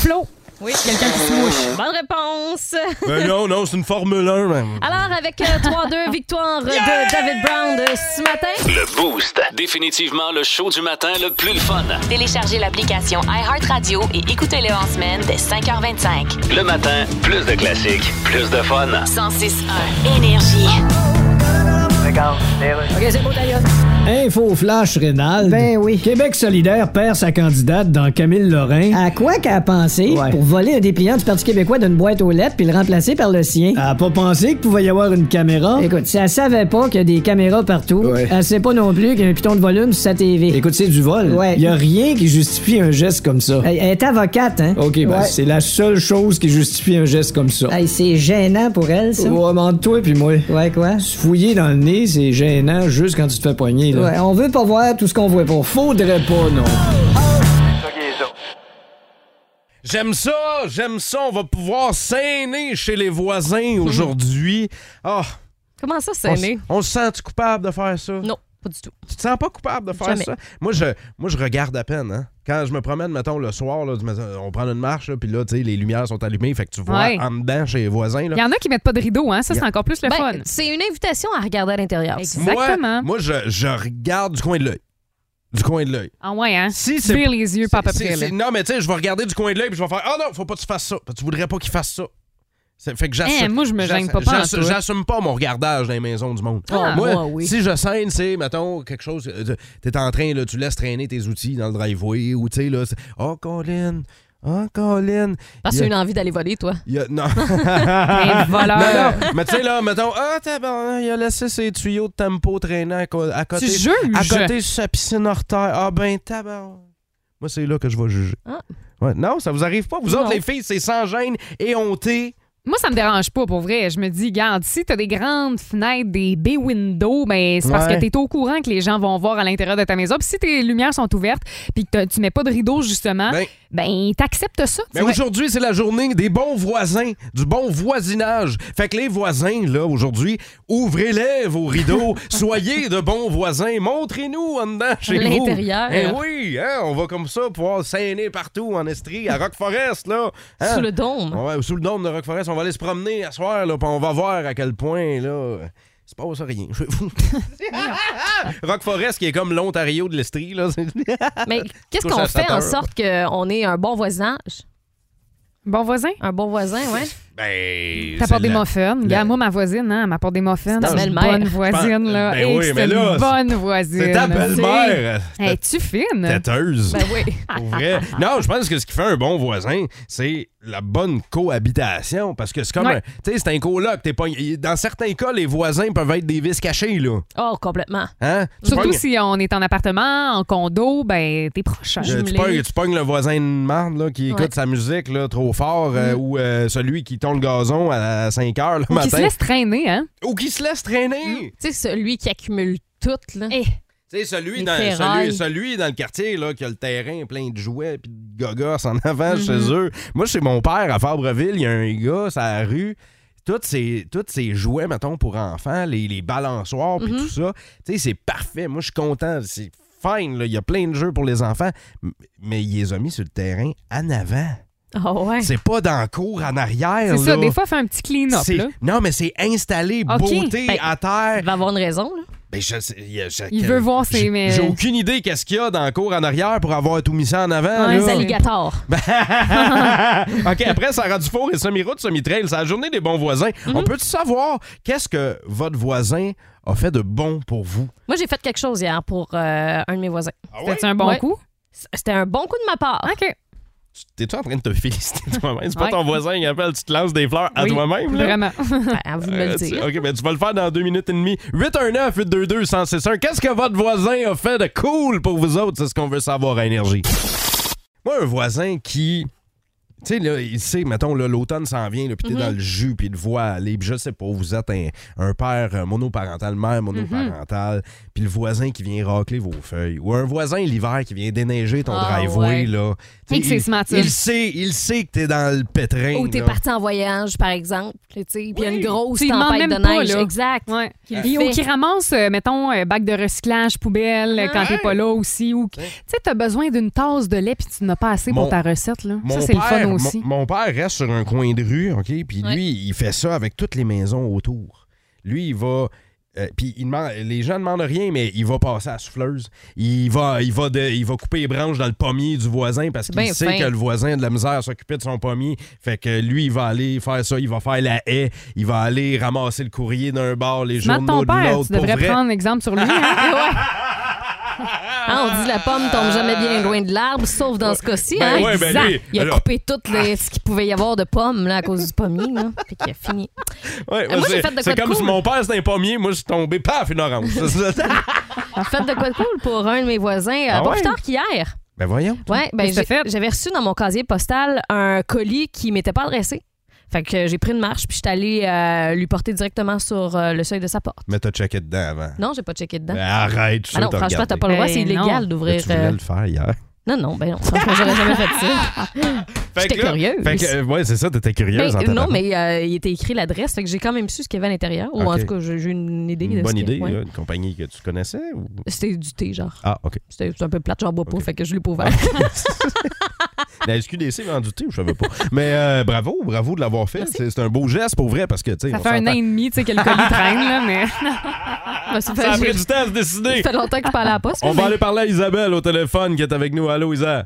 [SPEAKER 5] Flo.
[SPEAKER 4] Oui.
[SPEAKER 5] Quelqu'un qui se mouche.
[SPEAKER 4] Bonne réponse.
[SPEAKER 3] Ben non, non, c'est une Formule 1. même.
[SPEAKER 4] Alors, avec euh, 3-2, victoire euh, de David Brown de ce matin.
[SPEAKER 2] Le Boost. Définitivement le show du matin le plus le fun.
[SPEAKER 1] Téléchargez l'application iHeartRadio et écoutez-le en semaine dès 5h25.
[SPEAKER 2] Le matin, plus de classiques, plus de fun.
[SPEAKER 1] 106.1 Énergie.
[SPEAKER 6] Info flash rénal. Ben oui. Québec solidaire perd sa candidate dans Camille Lorrain. À quoi qu'elle a pensé pour voler un dépliant du Parti québécois d'une boîte aux lettres puis le remplacer par le sien? Elle a pas pensé qu'il pouvait y avoir une caméra? Écoute, si elle savait pas qu'il y a des caméras partout, elle sait pas non plus qu'il y a un piton de volume sur sa TV. Écoute, c'est du vol. Ouais. Y a rien qui justifie un geste comme ça. Elle, est avocate, hein? OK, ben c'est la seule chose qui justifie un geste comme ça. c'est gênant pour elle, Ah, ça. Ouais, mais entre toi puis moi. Ouais, quoi? Se fouiller dans le nez, c'est gênant juste quand tu te fais poigner, là. Ouais, on veut pas voir tout ce qu'on voit pas. Faudrait pas, non.
[SPEAKER 3] J'aime ça, j'aime ça. On va pouvoir s'aîner chez les
[SPEAKER 4] Mhm.
[SPEAKER 3] voisins aujourd'hui. Ah,
[SPEAKER 4] Comment ça,
[SPEAKER 3] on
[SPEAKER 4] c'est
[SPEAKER 3] s-
[SPEAKER 4] né?
[SPEAKER 3] on se sent-tu coupable de faire ça?
[SPEAKER 4] Non, pas du tout.
[SPEAKER 3] Tu te sens pas coupable de faire
[SPEAKER 4] Jamais.
[SPEAKER 3] ça? Moi je, moi, je regarde à peine. Hein? Quand je me promène, mettons, le soir, là, du matin, on prend une marche, là, puis là, tu sais, les lumières sont allumées, fait que tu vois
[SPEAKER 5] Ouais.
[SPEAKER 3] en dedans chez les voisins. Là.
[SPEAKER 5] Il y en a qui mettent pas de rideau, hein? Ça, c'est encore plus le
[SPEAKER 4] Ben,
[SPEAKER 5] fun.
[SPEAKER 4] c'est une invitation à regarder à l'intérieur. ça.
[SPEAKER 3] Moi,
[SPEAKER 5] Exactement.
[SPEAKER 3] moi, je, je regarde du coin de l'œil. Du coin de l'œil.
[SPEAKER 5] Ah ouais, hein?
[SPEAKER 3] Si c'est
[SPEAKER 5] Ouvrir les yeux, pas à peu
[SPEAKER 3] C'est-
[SPEAKER 5] près, là.
[SPEAKER 3] c'est- Non, mais tu sais, je vais regarder du coin de l'œil puis je vais faire Ah non, faut pas que tu fasses ça. Tu voudrais pas qu'il fasse ça. C'est- Fait que j'assume.
[SPEAKER 5] Hein, moi, je me
[SPEAKER 3] j'assume-
[SPEAKER 5] gêne pas, pas en
[SPEAKER 3] j'assume-
[SPEAKER 5] tout.
[SPEAKER 3] J'assume pas mon regardage dans les maisons du monde.
[SPEAKER 4] Ah,
[SPEAKER 3] moi,
[SPEAKER 4] moi, oui.
[SPEAKER 3] si je scène, c'est, mettons, quelque chose. euh, T'es en train, là, tu laisses traîner tes outils dans le driveway ou tu sais, là, c'est, Oh, Colin. Oh, Colin.
[SPEAKER 4] Parce
[SPEAKER 3] Il y
[SPEAKER 4] que c'est
[SPEAKER 3] a-
[SPEAKER 4] une envie d'aller voler, toi.
[SPEAKER 3] il y a- Non.
[SPEAKER 5] Un voleur.
[SPEAKER 3] Non, non. Mais tu sais, là, mettons, ah, tabarnak, il a laissé ses tuyaux de tempo traînant à, co- à côté.
[SPEAKER 5] Tu juges?
[SPEAKER 3] À côté de sa piscine hors terre. Ah, ben, tabarnak. Moi, c'est là que je vais juger.
[SPEAKER 4] Ah.
[SPEAKER 3] Ouais, non, ça vous arrive pas. Vous
[SPEAKER 4] Non.
[SPEAKER 3] autres, les filles, c'est sans gêne et honté.
[SPEAKER 5] Moi, ça me dérange pas, pour vrai. Je me dis, garde, si t'as des grandes fenêtres, des baies windows, ben, c'est parce
[SPEAKER 3] Ouais.
[SPEAKER 5] que t'es au courant que les gens vont voir à l'intérieur de ta maison. Puis si tes lumières sont ouvertes, puis que t'as- tu mets pas de rideau, justement,
[SPEAKER 3] Ben.
[SPEAKER 5] ben, t'acceptes ça. tu
[SPEAKER 3] Mais
[SPEAKER 5] vois.
[SPEAKER 3] aujourd'hui, c'est la journée des bons voisins, du bon voisinage. Fait que les voisins, là, aujourd'hui, ouvrez-les vos rideaux. Soyez de bons voisins. Montrez-nous en dedans chez vous.
[SPEAKER 4] L'intérieur.
[SPEAKER 3] Eh oui, hein, on va comme ça pouvoir s'aîner partout en Estrie, à Rock Forest, là. Hein?
[SPEAKER 4] Sous le dôme.
[SPEAKER 3] Ouais, sous le dôme de Rock Forest, on va aller se promener à soir, là, puis on va voir à quel point, là, il se passe rien chez vous. Rock Forest, qui est comme l'Ontario de l'Estrie, là. c'est-
[SPEAKER 4] Mais qu'est-ce
[SPEAKER 3] Touche à
[SPEAKER 4] qu'on
[SPEAKER 3] sa
[SPEAKER 4] fait en
[SPEAKER 3] terre.
[SPEAKER 4] sorte qu'on ait un bon voisinage?
[SPEAKER 5] Bon voisin,
[SPEAKER 4] Un bon voisin, ouais.
[SPEAKER 3] ben.
[SPEAKER 5] t'apportes
[SPEAKER 3] c'est
[SPEAKER 5] des
[SPEAKER 3] la-
[SPEAKER 5] muffins.
[SPEAKER 3] le-
[SPEAKER 5] Regarde, moi, ma voisine, hein, elle m'apporte des muffins.
[SPEAKER 4] ta
[SPEAKER 5] C'est une
[SPEAKER 4] belle-mère.
[SPEAKER 5] bonne voisine, là.
[SPEAKER 3] Ben
[SPEAKER 5] Hey,
[SPEAKER 3] oui,
[SPEAKER 5] c'est
[SPEAKER 3] mais
[SPEAKER 5] une
[SPEAKER 3] là, c'est-
[SPEAKER 5] bonne voisine.
[SPEAKER 3] C'est ta belle-mère!
[SPEAKER 5] Hey, tu fine?
[SPEAKER 3] Têteuse.
[SPEAKER 4] Ben oui.
[SPEAKER 3] Pour vrai. Non, je pense que ce qui fait un bon voisin, c'est la bonne cohabitation. Parce que c'est comme.
[SPEAKER 5] Ouais.
[SPEAKER 3] un- Tu sais, c'est un coloc. t'es pas- Dans certains cas, les voisins peuvent être des vis cachés, là.
[SPEAKER 4] Oh, complètement.
[SPEAKER 3] Hein? Tu
[SPEAKER 5] Surtout
[SPEAKER 3] pognes-
[SPEAKER 5] si on est en appartement, en condo, ben t'es proche. hein.
[SPEAKER 3] Euh, tu,
[SPEAKER 4] jumelé.
[SPEAKER 3] pognes, tu pognes le voisin de marde là, qui
[SPEAKER 4] Ouais.
[SPEAKER 3] écoute sa musique là, trop fort euh, ou euh, celui qui tombe le gazon à 5 heures le
[SPEAKER 5] Mm. Ou qui se
[SPEAKER 3] matin.
[SPEAKER 5] laisse Mm. traîner, hein?
[SPEAKER 3] Ou qui se laisse traîner.
[SPEAKER 4] Tu sais, celui qui accumule tout, là.
[SPEAKER 5] Eh.
[SPEAKER 3] Tu sais, celui
[SPEAKER 4] Les
[SPEAKER 3] dans, celui,
[SPEAKER 4] ferrailles.
[SPEAKER 3] celui dans le quartier là, qui a le terrain plein de jouets puis de gogos en avant
[SPEAKER 5] Mm-hmm.
[SPEAKER 3] chez eux. Moi, chez mon père à Fabreville, il y a un gars sur la rue. Tous ces, tous ces jouets, mettons, pour enfants, les, les balançoires puis
[SPEAKER 5] Mm-hmm.
[SPEAKER 3] tout ça. Tu sais, c'est parfait. Moi, je suis content. C'est fine. là. Il y a plein de jeux pour les enfants. M- Mais il les a mis sur le terrain en avant.
[SPEAKER 4] Oh, ouais.
[SPEAKER 3] C'est pas dans le cours en arrière.
[SPEAKER 5] C'est ça,
[SPEAKER 3] là.
[SPEAKER 5] des fois, fais un petit clean-up.
[SPEAKER 3] C'est-
[SPEAKER 5] là.
[SPEAKER 3] Non, mais c'est installé,
[SPEAKER 5] Ok.
[SPEAKER 3] beauté,
[SPEAKER 4] Ben-
[SPEAKER 3] à terre.
[SPEAKER 4] Il va avoir une raison, là.
[SPEAKER 3] Ben, je sais- il y a- je-
[SPEAKER 5] Il veut voir ses.
[SPEAKER 3] j'ai-
[SPEAKER 5] mais-
[SPEAKER 3] J'ai aucune idée qu'est-ce qu'il y a dans le cours en arrière pour avoir tout mis ça en avant.
[SPEAKER 5] Ouais,
[SPEAKER 4] Les
[SPEAKER 5] là.
[SPEAKER 4] alligators.
[SPEAKER 3] Ben- OK, après, Sarah Dufour et semi-route, semi-trail, c'est la journée des bons voisins. On
[SPEAKER 5] Mhm.
[SPEAKER 3] peut savoir qu'est-ce que votre voisin a fait de bon pour vous?
[SPEAKER 4] Moi, j'ai fait quelque chose hier pour euh, un de mes voisins.
[SPEAKER 5] C'était un bon
[SPEAKER 4] Ouais.
[SPEAKER 5] coup?
[SPEAKER 4] C'était un bon coup de ma part.
[SPEAKER 5] OK.
[SPEAKER 3] T'es-tu en train de te féliciter toi-même? C'est pas
[SPEAKER 5] Ouais.
[SPEAKER 3] ton voisin qui appelle, tu te lances des fleurs à
[SPEAKER 5] Oui,
[SPEAKER 3] toi-même. là?
[SPEAKER 5] Vraiment.
[SPEAKER 4] Ben, vous me
[SPEAKER 3] Euh,
[SPEAKER 4] le
[SPEAKER 3] tu-
[SPEAKER 4] dire.
[SPEAKER 3] OK, mais tu vas le faire dans deux minutes et demie. 819-822-1061. Qu'est-ce que votre voisin a fait de cool pour vous autres? C'est ce qu'on veut savoir à Énergie. Moi, un voisin qui Tu sais, là, il sait, mettons, là, l'automne s'en vient, là, puis t'es
[SPEAKER 4] Mhm.
[SPEAKER 3] dans le jus, puis il te voit aller. Puis je sais pas, vous êtes un, un père euh, monoparental, mère
[SPEAKER 4] Mhm.
[SPEAKER 3] monoparentale, puis le voisin qui vient racler vos feuilles, ou un voisin l'hiver qui vient déneiger ton
[SPEAKER 4] Ah,
[SPEAKER 3] driveway,
[SPEAKER 4] ouais.
[SPEAKER 3] là. Tu sais,
[SPEAKER 5] Et que c'est
[SPEAKER 3] il-
[SPEAKER 5] smart, ça.
[SPEAKER 3] il, sait, il sait que t'es dans le pétrin.
[SPEAKER 4] Ou t'es
[SPEAKER 3] là.
[SPEAKER 4] parti en voyage, par exemple, tu sais, puis il y a une grosse
[SPEAKER 5] Tu lui demandes
[SPEAKER 4] tempête de
[SPEAKER 5] même pas,
[SPEAKER 4] neige.
[SPEAKER 5] là.
[SPEAKER 4] exact.
[SPEAKER 5] Ouais.
[SPEAKER 4] Qu'il
[SPEAKER 5] Puis,
[SPEAKER 4] fait.
[SPEAKER 5] ou qui ramasse, euh, mettons, euh, bac de recyclage, poubelle, euh, quand t'es pas là aussi. Ou... Tu sais, t'as besoin d'une tasse de lait puis tu n'as pas assez
[SPEAKER 3] Mon-
[SPEAKER 5] pour ta recette. Là.
[SPEAKER 3] Mon
[SPEAKER 5] Ça, c'est le
[SPEAKER 3] père-
[SPEAKER 5] fun
[SPEAKER 3] mon-
[SPEAKER 5] aussi.
[SPEAKER 3] Mon, père reste sur un coin de rue, OK? Puis
[SPEAKER 4] Ouais.
[SPEAKER 3] lui, il fait ça avec toutes les maisons autour. Lui, il va. euh, puis il demande- les gens ne demandent rien, mais il va passer à la souffleuse. Il va, il, va de- il va couper les branches dans le pommier du voisin parce
[SPEAKER 4] C'est
[SPEAKER 3] qu'il
[SPEAKER 4] bien
[SPEAKER 3] sait
[SPEAKER 4] fin.
[SPEAKER 3] que le voisin a de la misère à s'occuper de son pommier. Fait que lui, il va aller faire ça. Il va faire la haie. Il va aller ramasser le courrier d'un bar, les
[SPEAKER 5] Demande
[SPEAKER 3] journaux
[SPEAKER 5] ton
[SPEAKER 3] de
[SPEAKER 5] père,
[SPEAKER 3] l'autre.
[SPEAKER 5] tu
[SPEAKER 3] Pour
[SPEAKER 5] devrais
[SPEAKER 3] vrai,
[SPEAKER 5] prendre exemple sur lui. hein.
[SPEAKER 4] Hein, on dit la pomme tombe jamais bien loin de l'arbre, sauf dans ce cas-ci.
[SPEAKER 3] Ben
[SPEAKER 4] hein.
[SPEAKER 3] ouais, ben
[SPEAKER 4] Exact.
[SPEAKER 3] lui,
[SPEAKER 4] il a
[SPEAKER 3] alors-
[SPEAKER 4] coupé tout le- ce qu'il pouvait y avoir de pommes là, à cause du pommier. Là. Fait qu'il a fini.
[SPEAKER 3] Ouais,
[SPEAKER 4] Ah, moi, j'ai
[SPEAKER 3] c'est-
[SPEAKER 4] fait de quoi
[SPEAKER 3] C'est
[SPEAKER 4] de
[SPEAKER 3] comme
[SPEAKER 4] cool.
[SPEAKER 3] si mon père c'était un pommier. Moi, je suis tombé, paf, une orange.
[SPEAKER 4] Faites de quoi de cool pour un de mes voisins, euh,
[SPEAKER 3] Ah
[SPEAKER 4] pas
[SPEAKER 3] ouais?
[SPEAKER 4] plus tard qu'hier.
[SPEAKER 3] ben voyons.
[SPEAKER 4] Ouais, ben
[SPEAKER 5] Qu'est-ce
[SPEAKER 4] j'ai-
[SPEAKER 5] que t'as fait?
[SPEAKER 4] j'avais reçu dans mon casier postal un colis qui m'était pas adressé. Fait que j'ai pris une marche puis je suis allée euh, lui porter directement sur euh, le seuil de sa porte.
[SPEAKER 3] Mais t'as checké dedans avant.
[SPEAKER 4] Non, j'ai pas checké dedans.
[SPEAKER 3] Ben, arrête, je suis
[SPEAKER 4] ah non,
[SPEAKER 3] sûr que t'as
[SPEAKER 4] franchement, t'as
[SPEAKER 3] regardé.
[SPEAKER 4] pas le droit,
[SPEAKER 5] Ben
[SPEAKER 4] c'est
[SPEAKER 5] non.
[SPEAKER 4] illégal
[SPEAKER 3] Mais
[SPEAKER 4] d'ouvrir.
[SPEAKER 3] Tu voulais
[SPEAKER 4] euh,
[SPEAKER 3] le faire hier.
[SPEAKER 4] Non, non, ben non, franchement, j'aurais jamais fait ça. J'étais
[SPEAKER 3] que là-
[SPEAKER 4] curieuse.
[SPEAKER 3] Fait que, euh, ouais, c'est ça, t'étais curieuse en
[SPEAKER 4] Ben,
[SPEAKER 3] tabarnak.
[SPEAKER 4] non, mais euh, il était écrit l'adresse, fait que j'ai quand même su ce qu'il y avait à l'intérieur. Ou en
[SPEAKER 3] Ok.
[SPEAKER 4] tout cas, j'ai j'ai une idée de
[SPEAKER 3] Une bonne
[SPEAKER 4] ce qu'il y a.
[SPEAKER 3] idée,
[SPEAKER 4] Ouais.
[SPEAKER 3] là, une compagnie que tu connaissais ou-
[SPEAKER 4] C'était du thé, genre.
[SPEAKER 3] Ah, OK.
[SPEAKER 4] C'était c'était un peu plate, genre bois pas,
[SPEAKER 3] Ok.
[SPEAKER 4] fait que je l'ai pas ouvert.
[SPEAKER 3] Ah. La SQDC vend du thé, je savais pas. Mais euh, bravo, bravo de l'avoir fait. C'est c'est un beau geste pour vrai parce que, tu sais,
[SPEAKER 5] Ça
[SPEAKER 3] on
[SPEAKER 5] fait un
[SPEAKER 3] s'entend-
[SPEAKER 5] an et demi tu sais, que le colis traîne, là, mais
[SPEAKER 4] Je me suis fait-
[SPEAKER 3] Ah! Ça a
[SPEAKER 4] j'ai-
[SPEAKER 3] pris du temps à se
[SPEAKER 4] Ça
[SPEAKER 3] décider.
[SPEAKER 4] fait longtemps que je parlais à la poste.
[SPEAKER 3] On
[SPEAKER 4] mais-
[SPEAKER 3] va aller parler à Isabelle au téléphone qui est avec nous. Allô, Isa.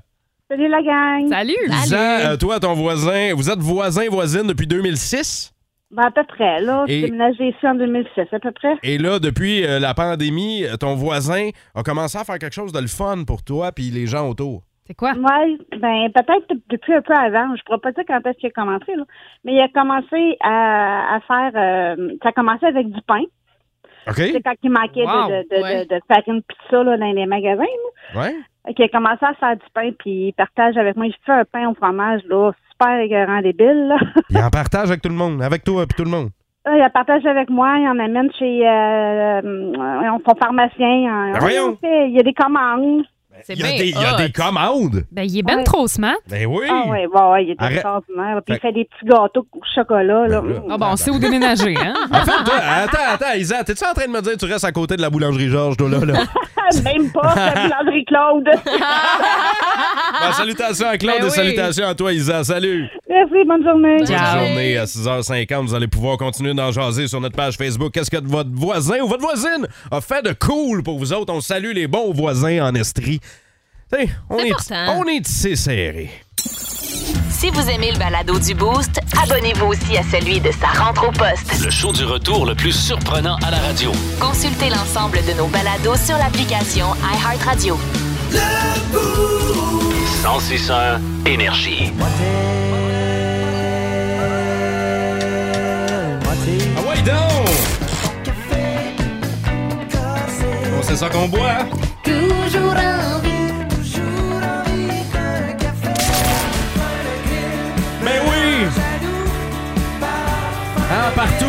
[SPEAKER 9] Salut la gang.
[SPEAKER 5] salut!
[SPEAKER 3] Isa, euh, toi, ton voisin, vous êtes voisin, voisine depuis 2006?
[SPEAKER 9] Ben, à peu près, là.
[SPEAKER 3] Et-
[SPEAKER 9] J'ai déménagé ici en 2006, à peu près.
[SPEAKER 3] Et là, depuis euh, la pandémie, euh, ton voisin a commencé à faire quelque chose de le fun pour toi puis les gens autour.
[SPEAKER 5] C'est quoi?
[SPEAKER 9] Oui, ben peut-être depuis un peu avant. Je pourrais pas dire quand est-ce qu'il a commencé, là. Mais il a commencé à, à faire euh, ça a commencé avec du pain.
[SPEAKER 3] OK?
[SPEAKER 9] C'est quand il manquait de-
[SPEAKER 5] Wow,
[SPEAKER 9] de, de,
[SPEAKER 5] ouais.
[SPEAKER 9] de, de farine pizza là, dans les magasins.
[SPEAKER 3] Ouais?
[SPEAKER 9] qui a commencé à faire du pain, puis il partage avec moi. J'ai fait un pain au fromage, là, super égarant débile, là.
[SPEAKER 3] Il en partage avec tout le monde, avec toi puis tout le monde.
[SPEAKER 9] Là, Il la partage avec moi, il en amène chez euh, euh, son pharmacien.
[SPEAKER 3] Ben voyons!
[SPEAKER 9] hein. Il y a des commandes.
[SPEAKER 4] C'est
[SPEAKER 3] il y a,
[SPEAKER 4] bien
[SPEAKER 3] des, il y a
[SPEAKER 4] hot.
[SPEAKER 3] des commandes.
[SPEAKER 5] Ben, il est ben
[SPEAKER 9] Ouais.
[SPEAKER 5] trop smart.
[SPEAKER 3] Ben oui.
[SPEAKER 9] Ah oui, ouais, ouais, il est
[SPEAKER 3] Arrête.
[SPEAKER 9] extraordinaire. Puis il
[SPEAKER 3] Fait-
[SPEAKER 9] fait des petits gâteaux au chocolat, là.
[SPEAKER 3] Ben là.
[SPEAKER 5] Ah bon, on sait où déménager, hein?
[SPEAKER 3] En fait, toi, attends, attends, Isa, t'es-tu en train de me dire que tu restes à côté de la boulangerie Georges, toi, là? là?
[SPEAKER 9] Même pas, c'est boulangerie Claude.
[SPEAKER 3] Ben, salutations à Claude
[SPEAKER 5] Ben
[SPEAKER 3] et
[SPEAKER 5] oui.
[SPEAKER 3] salutations à toi, Isa. Salut.
[SPEAKER 9] Merci, bonne journée.
[SPEAKER 5] Ciao.
[SPEAKER 3] Bonne journée à 6h50. Vous allez pouvoir continuer d'en jaser sur notre page Facebook. Qu'est-ce que votre voisin ou votre voisine a fait de cool pour vous autres? On salue les bons voisins en Estrie. Tu sais, on
[SPEAKER 4] C'est
[SPEAKER 3] est,
[SPEAKER 4] important.
[SPEAKER 3] on est tissé serré.
[SPEAKER 1] Si vous aimez le balado du Boost, abonnez-vous aussi à celui de sa rentre au poste.
[SPEAKER 2] Le show du retour le plus surprenant à la radio.
[SPEAKER 1] Consultez l'ensemble de nos balados sur l'application iHeartRadio.
[SPEAKER 2] 106 énergie.
[SPEAKER 3] Ah ouais, donc! Bon, c'est ça qu'on boit. hein? Mais Ben oui! Ah, partout!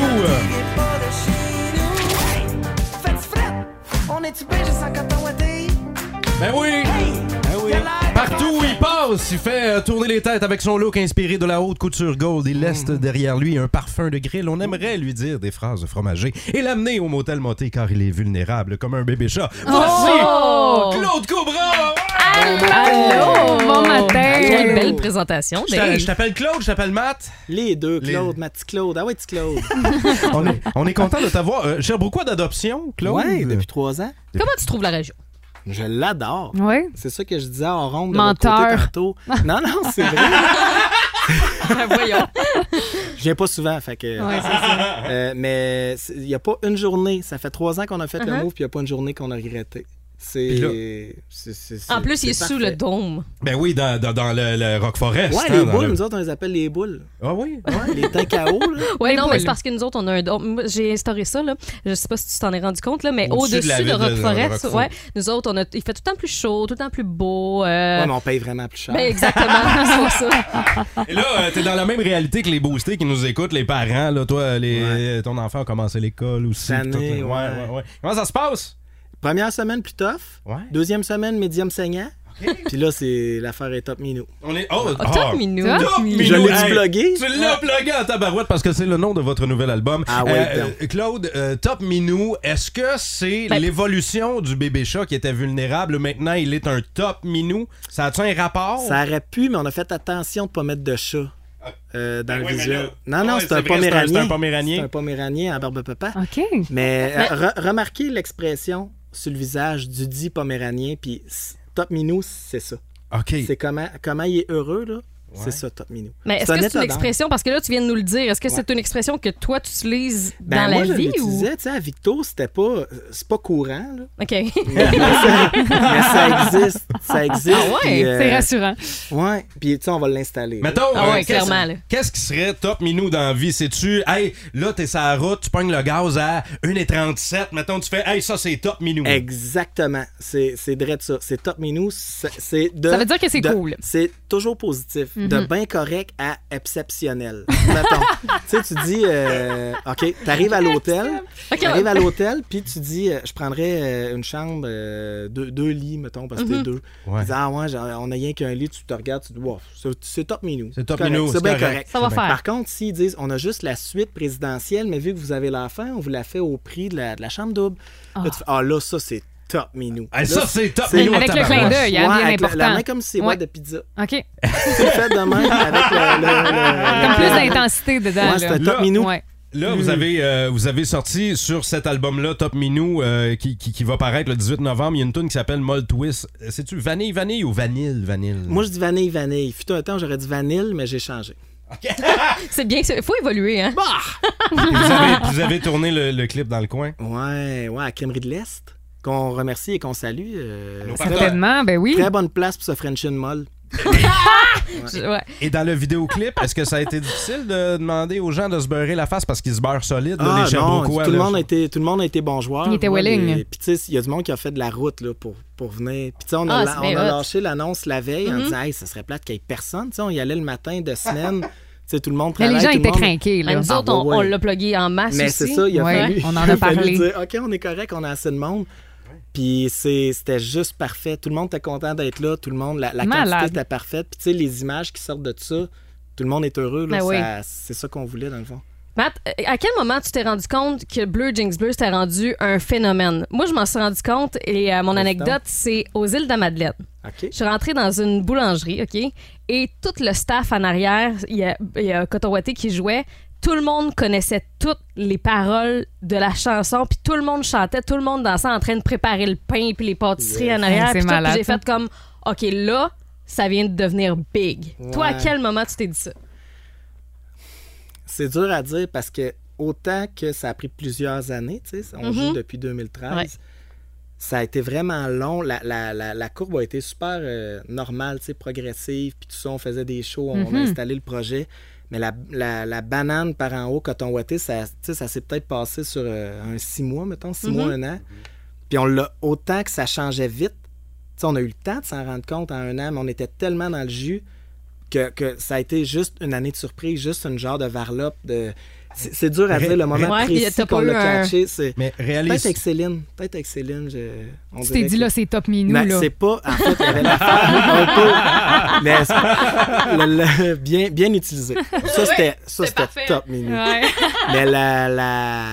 [SPEAKER 3] Ben oui! Ben oui! Partout où il passe, il fait euh, tourner les têtes avec son look inspiré de la haute couture gold. Il laisse derrière lui un parfum de grill. On aimerait lui dire des phrases de fromager et l'amener au motel monté car il est vulnérable comme un bébé chat. Voici
[SPEAKER 4] Oh!
[SPEAKER 3] Claude Cobra!
[SPEAKER 5] Allô! Oh, Bon
[SPEAKER 4] Quelle
[SPEAKER 5] matin!
[SPEAKER 4] belle présentation,
[SPEAKER 3] Je t'a-
[SPEAKER 4] Dave.
[SPEAKER 3] Je t'appelle Claude, je t'appelle Matt.
[SPEAKER 10] Les deux,
[SPEAKER 3] Les-
[SPEAKER 10] Claude, ma petite Claude. Ah ouais, petit Claude.
[SPEAKER 3] On est, on est content de t'avoir. Euh, Sherbrooke d'adoption, Claude?
[SPEAKER 10] ouais, depuis trois ans.
[SPEAKER 4] Comment tu trouves la région?
[SPEAKER 10] Je l'adore.
[SPEAKER 5] Ouais.
[SPEAKER 10] C'est ça que je disais en ronde de
[SPEAKER 5] Menteur.
[SPEAKER 10] votre côté tantôt. Non, non, c'est vrai.
[SPEAKER 4] Ah, Voyons.
[SPEAKER 10] Je viens pas souvent, fait que...
[SPEAKER 5] Ouais, c'est ça.
[SPEAKER 4] Uh-huh.
[SPEAKER 10] Euh, mais il n'y a pas une journée. Ça fait trois ans qu'on a fait le move, puis il n'y a pas une journée qu'on a regretté. C'est. c'est- c'est- c'est-
[SPEAKER 4] En plus, il est
[SPEAKER 10] c'est
[SPEAKER 4] sous
[SPEAKER 10] parfait.
[SPEAKER 4] le dôme.
[SPEAKER 3] Ben oui, dans, dans, dans le, le Rock Forest.
[SPEAKER 10] Ouais,
[SPEAKER 3] hein,
[SPEAKER 10] les
[SPEAKER 3] dans
[SPEAKER 10] boules,
[SPEAKER 3] le-
[SPEAKER 10] nous autres, on les appelle les boules.
[SPEAKER 3] Ah oui?
[SPEAKER 10] Ouais, les tacao, là.
[SPEAKER 4] Ouais, non,
[SPEAKER 5] boules.
[SPEAKER 4] mais c'est parce que nous autres, on a un dôme. Moi, J'ai instauré ça, là. Je sais pas si tu t'en es rendu compte, là, mais
[SPEAKER 3] Au-dessus de
[SPEAKER 4] au-dessus
[SPEAKER 3] la
[SPEAKER 4] de,
[SPEAKER 3] ville de-
[SPEAKER 4] Rock
[SPEAKER 3] de
[SPEAKER 4] Forest,
[SPEAKER 3] Roquefort.
[SPEAKER 4] ouais, nous autres, on a, il fait tout le temps plus chaud, tout le temps plus beau. euh,
[SPEAKER 10] Ouais, mais on paye vraiment plus cher.
[SPEAKER 4] ben, exactement, c'est pour ça.
[SPEAKER 3] Et là, euh, t'es dans la même réalité que les boostés qui nous écoutent, les parents. Là, toi, les, euh, ton enfant a commencé l'école aussi.
[SPEAKER 10] Cette
[SPEAKER 3] puis tout,
[SPEAKER 10] année,
[SPEAKER 3] là.
[SPEAKER 10] ouais.
[SPEAKER 3] ouais, ouais. Comment ça se passe?
[SPEAKER 10] Première semaine plus tough.
[SPEAKER 3] Ouais.
[SPEAKER 10] Deuxième semaine, médium saignant. Puis là, c'est l'affaire est top minou.
[SPEAKER 3] On est. Oh,
[SPEAKER 4] Oh,
[SPEAKER 3] ah.
[SPEAKER 4] top minou.
[SPEAKER 5] Top
[SPEAKER 3] Top minou.
[SPEAKER 10] Je l'ai-tu
[SPEAKER 3] Hey,
[SPEAKER 10] blogué?
[SPEAKER 3] Tu l'as blogué en tabarouette parce que c'est le nom de votre nouvel album.
[SPEAKER 10] Ah ouais,
[SPEAKER 3] Euh, euh, Claude, euh, Top Minou, est-ce que c'est
[SPEAKER 4] Ben-
[SPEAKER 3] l'évolution du bébé chat qui était vulnérable? Maintenant, il est un Top Minou. Ça a-tu un rapport?
[SPEAKER 10] Ça aurait pu, mais on a fait attention de ne pas mettre de chat euh, dans
[SPEAKER 3] Ben
[SPEAKER 10] le
[SPEAKER 3] oui, mais
[SPEAKER 10] visuel.
[SPEAKER 3] là-
[SPEAKER 10] Non, non,
[SPEAKER 3] Ouais,
[SPEAKER 10] c'est
[SPEAKER 3] c'est
[SPEAKER 10] un
[SPEAKER 3] vrai, c'est un-
[SPEAKER 10] poméranien.
[SPEAKER 3] c'est un Poméranien.
[SPEAKER 10] C'est un poméranien à barbe papa.
[SPEAKER 4] Ah.
[SPEAKER 5] OK.
[SPEAKER 10] Mais, euh, re- remarquez l'expression sur le visage du dit poméranien, puis s- Top Minou, c'est ça.
[SPEAKER 3] OK.
[SPEAKER 10] C'est comment, comment il est heureux, là. C'est ça, Top Minou.
[SPEAKER 4] Mais est-ce que c'est une
[SPEAKER 10] étendard.
[SPEAKER 4] expression, parce que là, tu viens de nous le dire, est-ce que c'est une expression que toi, tu utilises
[SPEAKER 10] Ben,
[SPEAKER 4] dans
[SPEAKER 10] moi,
[SPEAKER 4] la
[SPEAKER 10] je
[SPEAKER 4] vie ou.
[SPEAKER 10] l'utilisais, tu sais, à Victo, c'était pas, euh, c'est pas courant, là.
[SPEAKER 4] OK.
[SPEAKER 10] mais, ça, mais ça existe. Ça existe.
[SPEAKER 4] Ah ouais,
[SPEAKER 10] puis, euh,
[SPEAKER 5] C'est rassurant.
[SPEAKER 10] Ouais, puis tu sais, on va l'installer.
[SPEAKER 3] Mettons,
[SPEAKER 4] Ah ouais,
[SPEAKER 3] euh, qu'est-ce-
[SPEAKER 4] clairement, là.
[SPEAKER 3] qu'est-ce qui serait top minou dans la vie? C'est-tu, hey, là, t'es sur la route, tu pognes le gaz à 1,37. Mettons, tu fais, hey, ça, c'est top minou.
[SPEAKER 10] Exactement. C'est c'est drette ça. C'est top minou. C'est c'est de-
[SPEAKER 5] Ça veut dire que c'est
[SPEAKER 10] de-
[SPEAKER 5] cool. Mhm.
[SPEAKER 10] C'est toujours positif. De bien correct à exceptionnel. Mettons. tu sais, tu dis, euh, OK, t'arrives à l'hôtel.
[SPEAKER 4] OK,
[SPEAKER 10] T'arrives à l'hôtel, puis tu dis, euh, je prendrais euh, une chambre, euh, deux, deux lits, mettons, parce que
[SPEAKER 5] Mhm.
[SPEAKER 10] t'es deux.
[SPEAKER 3] Ouais.
[SPEAKER 10] Tu dis, ah ouais, j'en- on n'a rien qu'un lit, tu te regardes, tu dis, wow, c'est- c'est top minou.
[SPEAKER 3] C'est top
[SPEAKER 10] Correct.
[SPEAKER 3] minou, c'est
[SPEAKER 10] C'est bien
[SPEAKER 3] correct.
[SPEAKER 10] correct.
[SPEAKER 5] Ça va faire.
[SPEAKER 10] Par contre, s'ils disent on a juste la suite présidentielle, mais vu que vous avez l'enfant, on vous la fait au prix de la, de la chambre double. Là, tu fais, ah là, ça, c'est top minou.
[SPEAKER 3] Hey, ça, c'est top
[SPEAKER 10] c'est-
[SPEAKER 3] minou. en
[SPEAKER 5] Avec le
[SPEAKER 3] tabarouette.
[SPEAKER 5] clin d'œil. il y a
[SPEAKER 10] Ouais,
[SPEAKER 5] bien
[SPEAKER 10] avec la- La
[SPEAKER 5] important.
[SPEAKER 10] main comme c'est
[SPEAKER 5] Ouais.
[SPEAKER 10] moi de pizza.
[SPEAKER 5] OK.
[SPEAKER 10] C'est fait de même avec le. le- le-
[SPEAKER 5] Comme plus d'intensité dedans.
[SPEAKER 10] Ouais,
[SPEAKER 5] là.
[SPEAKER 10] c'est un top
[SPEAKER 3] Là,
[SPEAKER 10] minou.
[SPEAKER 5] Ouais.
[SPEAKER 3] Là, vous avez, euh, vous avez sorti sur cet album-là, Top Minou, euh, qui, qui, qui va paraître le 18 novembre, il y a une tune qui s'appelle Mold Twist. Euh, C'est-tu Vanille Vanille ou Vanille Vanille?
[SPEAKER 10] Moi, je dis vanille, vanille. Il fut un temps, j'aurais dit vanille, mais j'ai changé.
[SPEAKER 4] C'est bien, il faut évoluer, hein.
[SPEAKER 3] vous, avez, vous avez tourné le, le clip dans le coin.
[SPEAKER 10] Ouais, ouais, à Crèmerie de l'Est, qu'on remercie et qu'on salue. euh,
[SPEAKER 3] Nos
[SPEAKER 10] très,
[SPEAKER 3] partenaires.
[SPEAKER 10] bonne-
[SPEAKER 5] Certainement, ben oui.
[SPEAKER 10] très bonne place pour ce Frenchin Moll.
[SPEAKER 4] Je- ouais.
[SPEAKER 3] Et dans le vidéoclip, est-ce que ça a été difficile de demander aux gens de se beurrer la face parce qu'ils se beurrent solide, là,
[SPEAKER 10] Ah,
[SPEAKER 3] les
[SPEAKER 10] non,
[SPEAKER 3] Sherbrookeois,
[SPEAKER 10] tout, le
[SPEAKER 3] là?
[SPEAKER 10] monde a été, tout le monde a été bon joueur.
[SPEAKER 5] Il était
[SPEAKER 10] Ouais,
[SPEAKER 5] willing.
[SPEAKER 10] les- Puis tu sais, il y a du monde qui a fait de la route là, pour, pour venir. Puis tu sais, on,
[SPEAKER 4] Ah,
[SPEAKER 10] a,
[SPEAKER 4] c'est
[SPEAKER 10] la- on
[SPEAKER 4] bien
[SPEAKER 10] a
[SPEAKER 4] hot.
[SPEAKER 10] lâché l'annonce la veille
[SPEAKER 5] Mhm.
[SPEAKER 10] en disant, hey, ça serait plate qu'il n'y ait personne. Tu sais, on y allait le matin de semaine. tu sais, tout le monde
[SPEAKER 5] Mais
[SPEAKER 10] travaille.
[SPEAKER 5] les gens
[SPEAKER 10] tout le
[SPEAKER 5] étaient
[SPEAKER 10] monde-
[SPEAKER 5] craqués.
[SPEAKER 4] Mais
[SPEAKER 5] Là.
[SPEAKER 4] nous autres, on,
[SPEAKER 10] ah, bah ouais, ouais.
[SPEAKER 4] on l'a plugué en masse
[SPEAKER 10] Mais
[SPEAKER 4] aussi.
[SPEAKER 10] c'est ça, il a
[SPEAKER 5] Ouais,
[SPEAKER 10] fallu,
[SPEAKER 5] on en a
[SPEAKER 10] il fallu
[SPEAKER 5] parlé.
[SPEAKER 10] dire, OK, on est correct, on a assez de monde. Puis c'est- c'était juste parfait. Tout le monde était content d'être là. Tout le monde, la, la quantité
[SPEAKER 5] Malade.
[SPEAKER 10] était parfaite. Puis tu sais, les images qui sortent de ça, tout le monde est heureux. là.
[SPEAKER 4] Ben oui.
[SPEAKER 10] Ça- C'est ça qu'on voulait, dans le fond.
[SPEAKER 4] Matt, à quel moment tu t'es rendu compte que Bleu Jinx Bleu s'était rendu un phénomène? Moi, je m'en suis rendu compte et euh, mon anecdote, c'est aux îles de la Madeleine.
[SPEAKER 10] OK?
[SPEAKER 4] Je suis rentrée dans une boulangerie, OK? Et tout le staff en arrière, il y a, il y a Coton Watté qui jouait. Tout le monde connaissait toutes les paroles de la chanson, puis tout le monde chantait, tout le monde dansait en train de préparer le pain, puis les pâtisseries en arrière.
[SPEAKER 5] C'est
[SPEAKER 4] puis tout. Puis
[SPEAKER 5] malade,
[SPEAKER 4] j'ai
[SPEAKER 5] ça.
[SPEAKER 4] fait comme, OK, là, ça vient de devenir big. Toi, à
[SPEAKER 10] Ouais.
[SPEAKER 4] quel moment tu t'es dit ça?
[SPEAKER 10] C'est dur à dire parce que autant que ça a pris plusieurs années, tu sais, on
[SPEAKER 4] Mhm.
[SPEAKER 10] joue depuis 2013,
[SPEAKER 4] Ouais.
[SPEAKER 10] ça a été vraiment long. La, la- la- la courbe a été super euh, normale, tu sais, progressive. Puis tout ça, on faisait des shows, on a installé le projet. Mais la, la- la banane par en haut, coton ouaté, ça, tu sais, ça s'est peut-être passé sur euh, un six mois, mettons, six mois, un an. Puis on l'a autant que ça changeait vite. Tu sais, on a eu le temps de s'en rendre compte en un an, mais on était tellement dans le jus que, que ça a été juste une année de surprise, juste une genre de varlope. De... C'est c'est dur à
[SPEAKER 3] Ré-
[SPEAKER 10] dire le moment
[SPEAKER 4] Ouais, il y a
[SPEAKER 10] précis
[SPEAKER 4] pas
[SPEAKER 10] qu'on
[SPEAKER 4] eu
[SPEAKER 10] l'a
[SPEAKER 4] un-
[SPEAKER 10] catché. c'est-
[SPEAKER 3] Mais
[SPEAKER 10] Peut-être
[SPEAKER 3] réalise.
[SPEAKER 10] avec Céline. Peut-être avec Céline. je- on
[SPEAKER 5] Tu
[SPEAKER 10] dirait
[SPEAKER 5] t'es dit,
[SPEAKER 10] que-
[SPEAKER 5] là, c'est top minou.
[SPEAKER 11] Ben,
[SPEAKER 10] mais
[SPEAKER 5] là.
[SPEAKER 10] c'est pas. En fait, il y avait l'affaire un peu. Mais c'est- le- le- bien, bien utilisé. Ça, c'était ça, c'était
[SPEAKER 4] parfait. Ah.
[SPEAKER 10] top menu.
[SPEAKER 5] Ouais.
[SPEAKER 10] Mais la, la,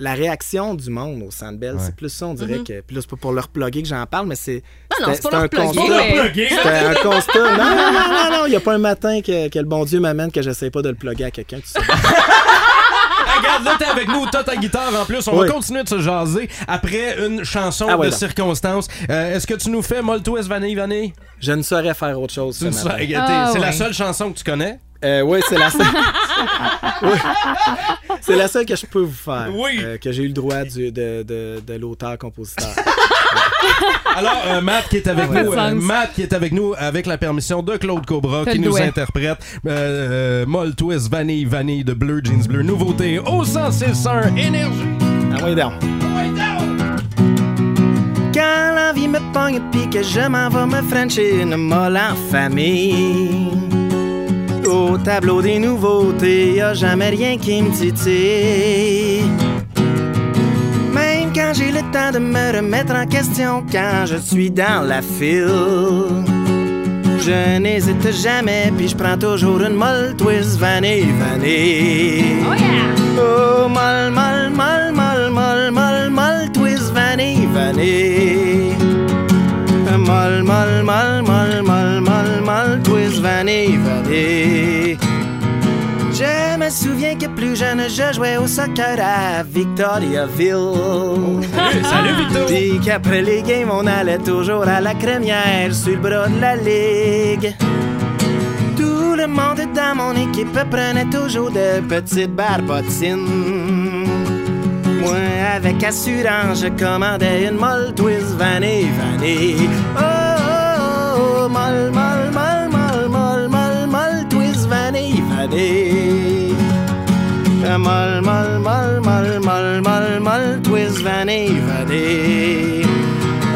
[SPEAKER 10] la réaction du monde au Centre Bell,
[SPEAKER 3] Ouais.
[SPEAKER 10] c'est plus ça, on dirait que. Puis là, c'est pas pour leur plugger que j'en parle, mais c'est.
[SPEAKER 4] Mm-hmm. Non, non,
[SPEAKER 10] c'était-
[SPEAKER 4] c'est pas
[SPEAKER 10] c'était
[SPEAKER 4] leur
[SPEAKER 10] un
[SPEAKER 4] plugger,
[SPEAKER 10] constat.
[SPEAKER 4] mais-
[SPEAKER 10] C'était un constat. Non, non, non, non, non, il n'y a pas un matin que, que le bon Dieu m'amène que j'essaie pas de le plugger à quelqu'un. tu sais.
[SPEAKER 3] Ah, Regarde, là, t'es avec nous, t'as ta guitare en plus. On
[SPEAKER 10] Oui.
[SPEAKER 3] va continuer de se jaser après une chanson
[SPEAKER 10] Ah ouais,
[SPEAKER 3] de
[SPEAKER 10] là.
[SPEAKER 3] circonstance. Euh, Est-ce que tu nous fais Moltoes Vanille Vanille?
[SPEAKER 10] Je ne saurais faire autre chose.
[SPEAKER 3] Tu
[SPEAKER 10] ce
[SPEAKER 3] nous
[SPEAKER 10] matin.
[SPEAKER 3] seras gâté.
[SPEAKER 5] Ah,
[SPEAKER 3] C'est la
[SPEAKER 5] ouais.
[SPEAKER 3] seule chanson que tu connais?
[SPEAKER 10] Euh, oui, c'est la seule. Oui. C'est la seule que je peux vous faire.
[SPEAKER 3] Oui.
[SPEAKER 10] euh, que j'ai eu le droit du- de, de- de l'auteur-compositeur.
[SPEAKER 3] Alors, euh, Matt qui est avec
[SPEAKER 5] Ça fait
[SPEAKER 3] nous, euh,
[SPEAKER 5] sens.
[SPEAKER 3] Matt qui est avec nous avec la permission de Claude Cobra
[SPEAKER 5] Je
[SPEAKER 3] qui
[SPEAKER 5] le
[SPEAKER 3] nous
[SPEAKER 5] dois.
[SPEAKER 3] interprète euh, euh, Molle Twist Vanille Vanille de Bleu Jeans Bleu nouveauté au 1061 énergie.
[SPEAKER 11] Ah oui, donc. Quand l'envie me pogne pis que je m'en vais me frencher une molle en famille. Au tableau des nouveautés, y a jamais rien qui me titille. Même quand j'ai le temps de me remettre en question, quand je suis dans la file. Je n'hésite jamais, puis je prends toujours une molle twist vanille, vanille. Oh, mal, mal, mal, mal, mal, mal, mal, twist, vanille, vanille. Mal, mal, mal, mal, mal, mal, mal, twist, vanille, vanille. Je me souviens que plus jeune, je jouais au soccer à Victoriaville.
[SPEAKER 3] Salut Victor!
[SPEAKER 11] Puis qu'après les games, on allait toujours à la crémière sur le bras de la ligue. Tout le monde dans mon équipe prenait toujours de petites barbotines. Moi, avec assurance, je commandais une molle twist vanille, vanille. Oh, oh, oh, molle, molle, molle, molle, molle, molle, molle twist vanille, vanille. Euh, Molle, molle, molle, molle, molle, molle, molle twist vanille, vanille.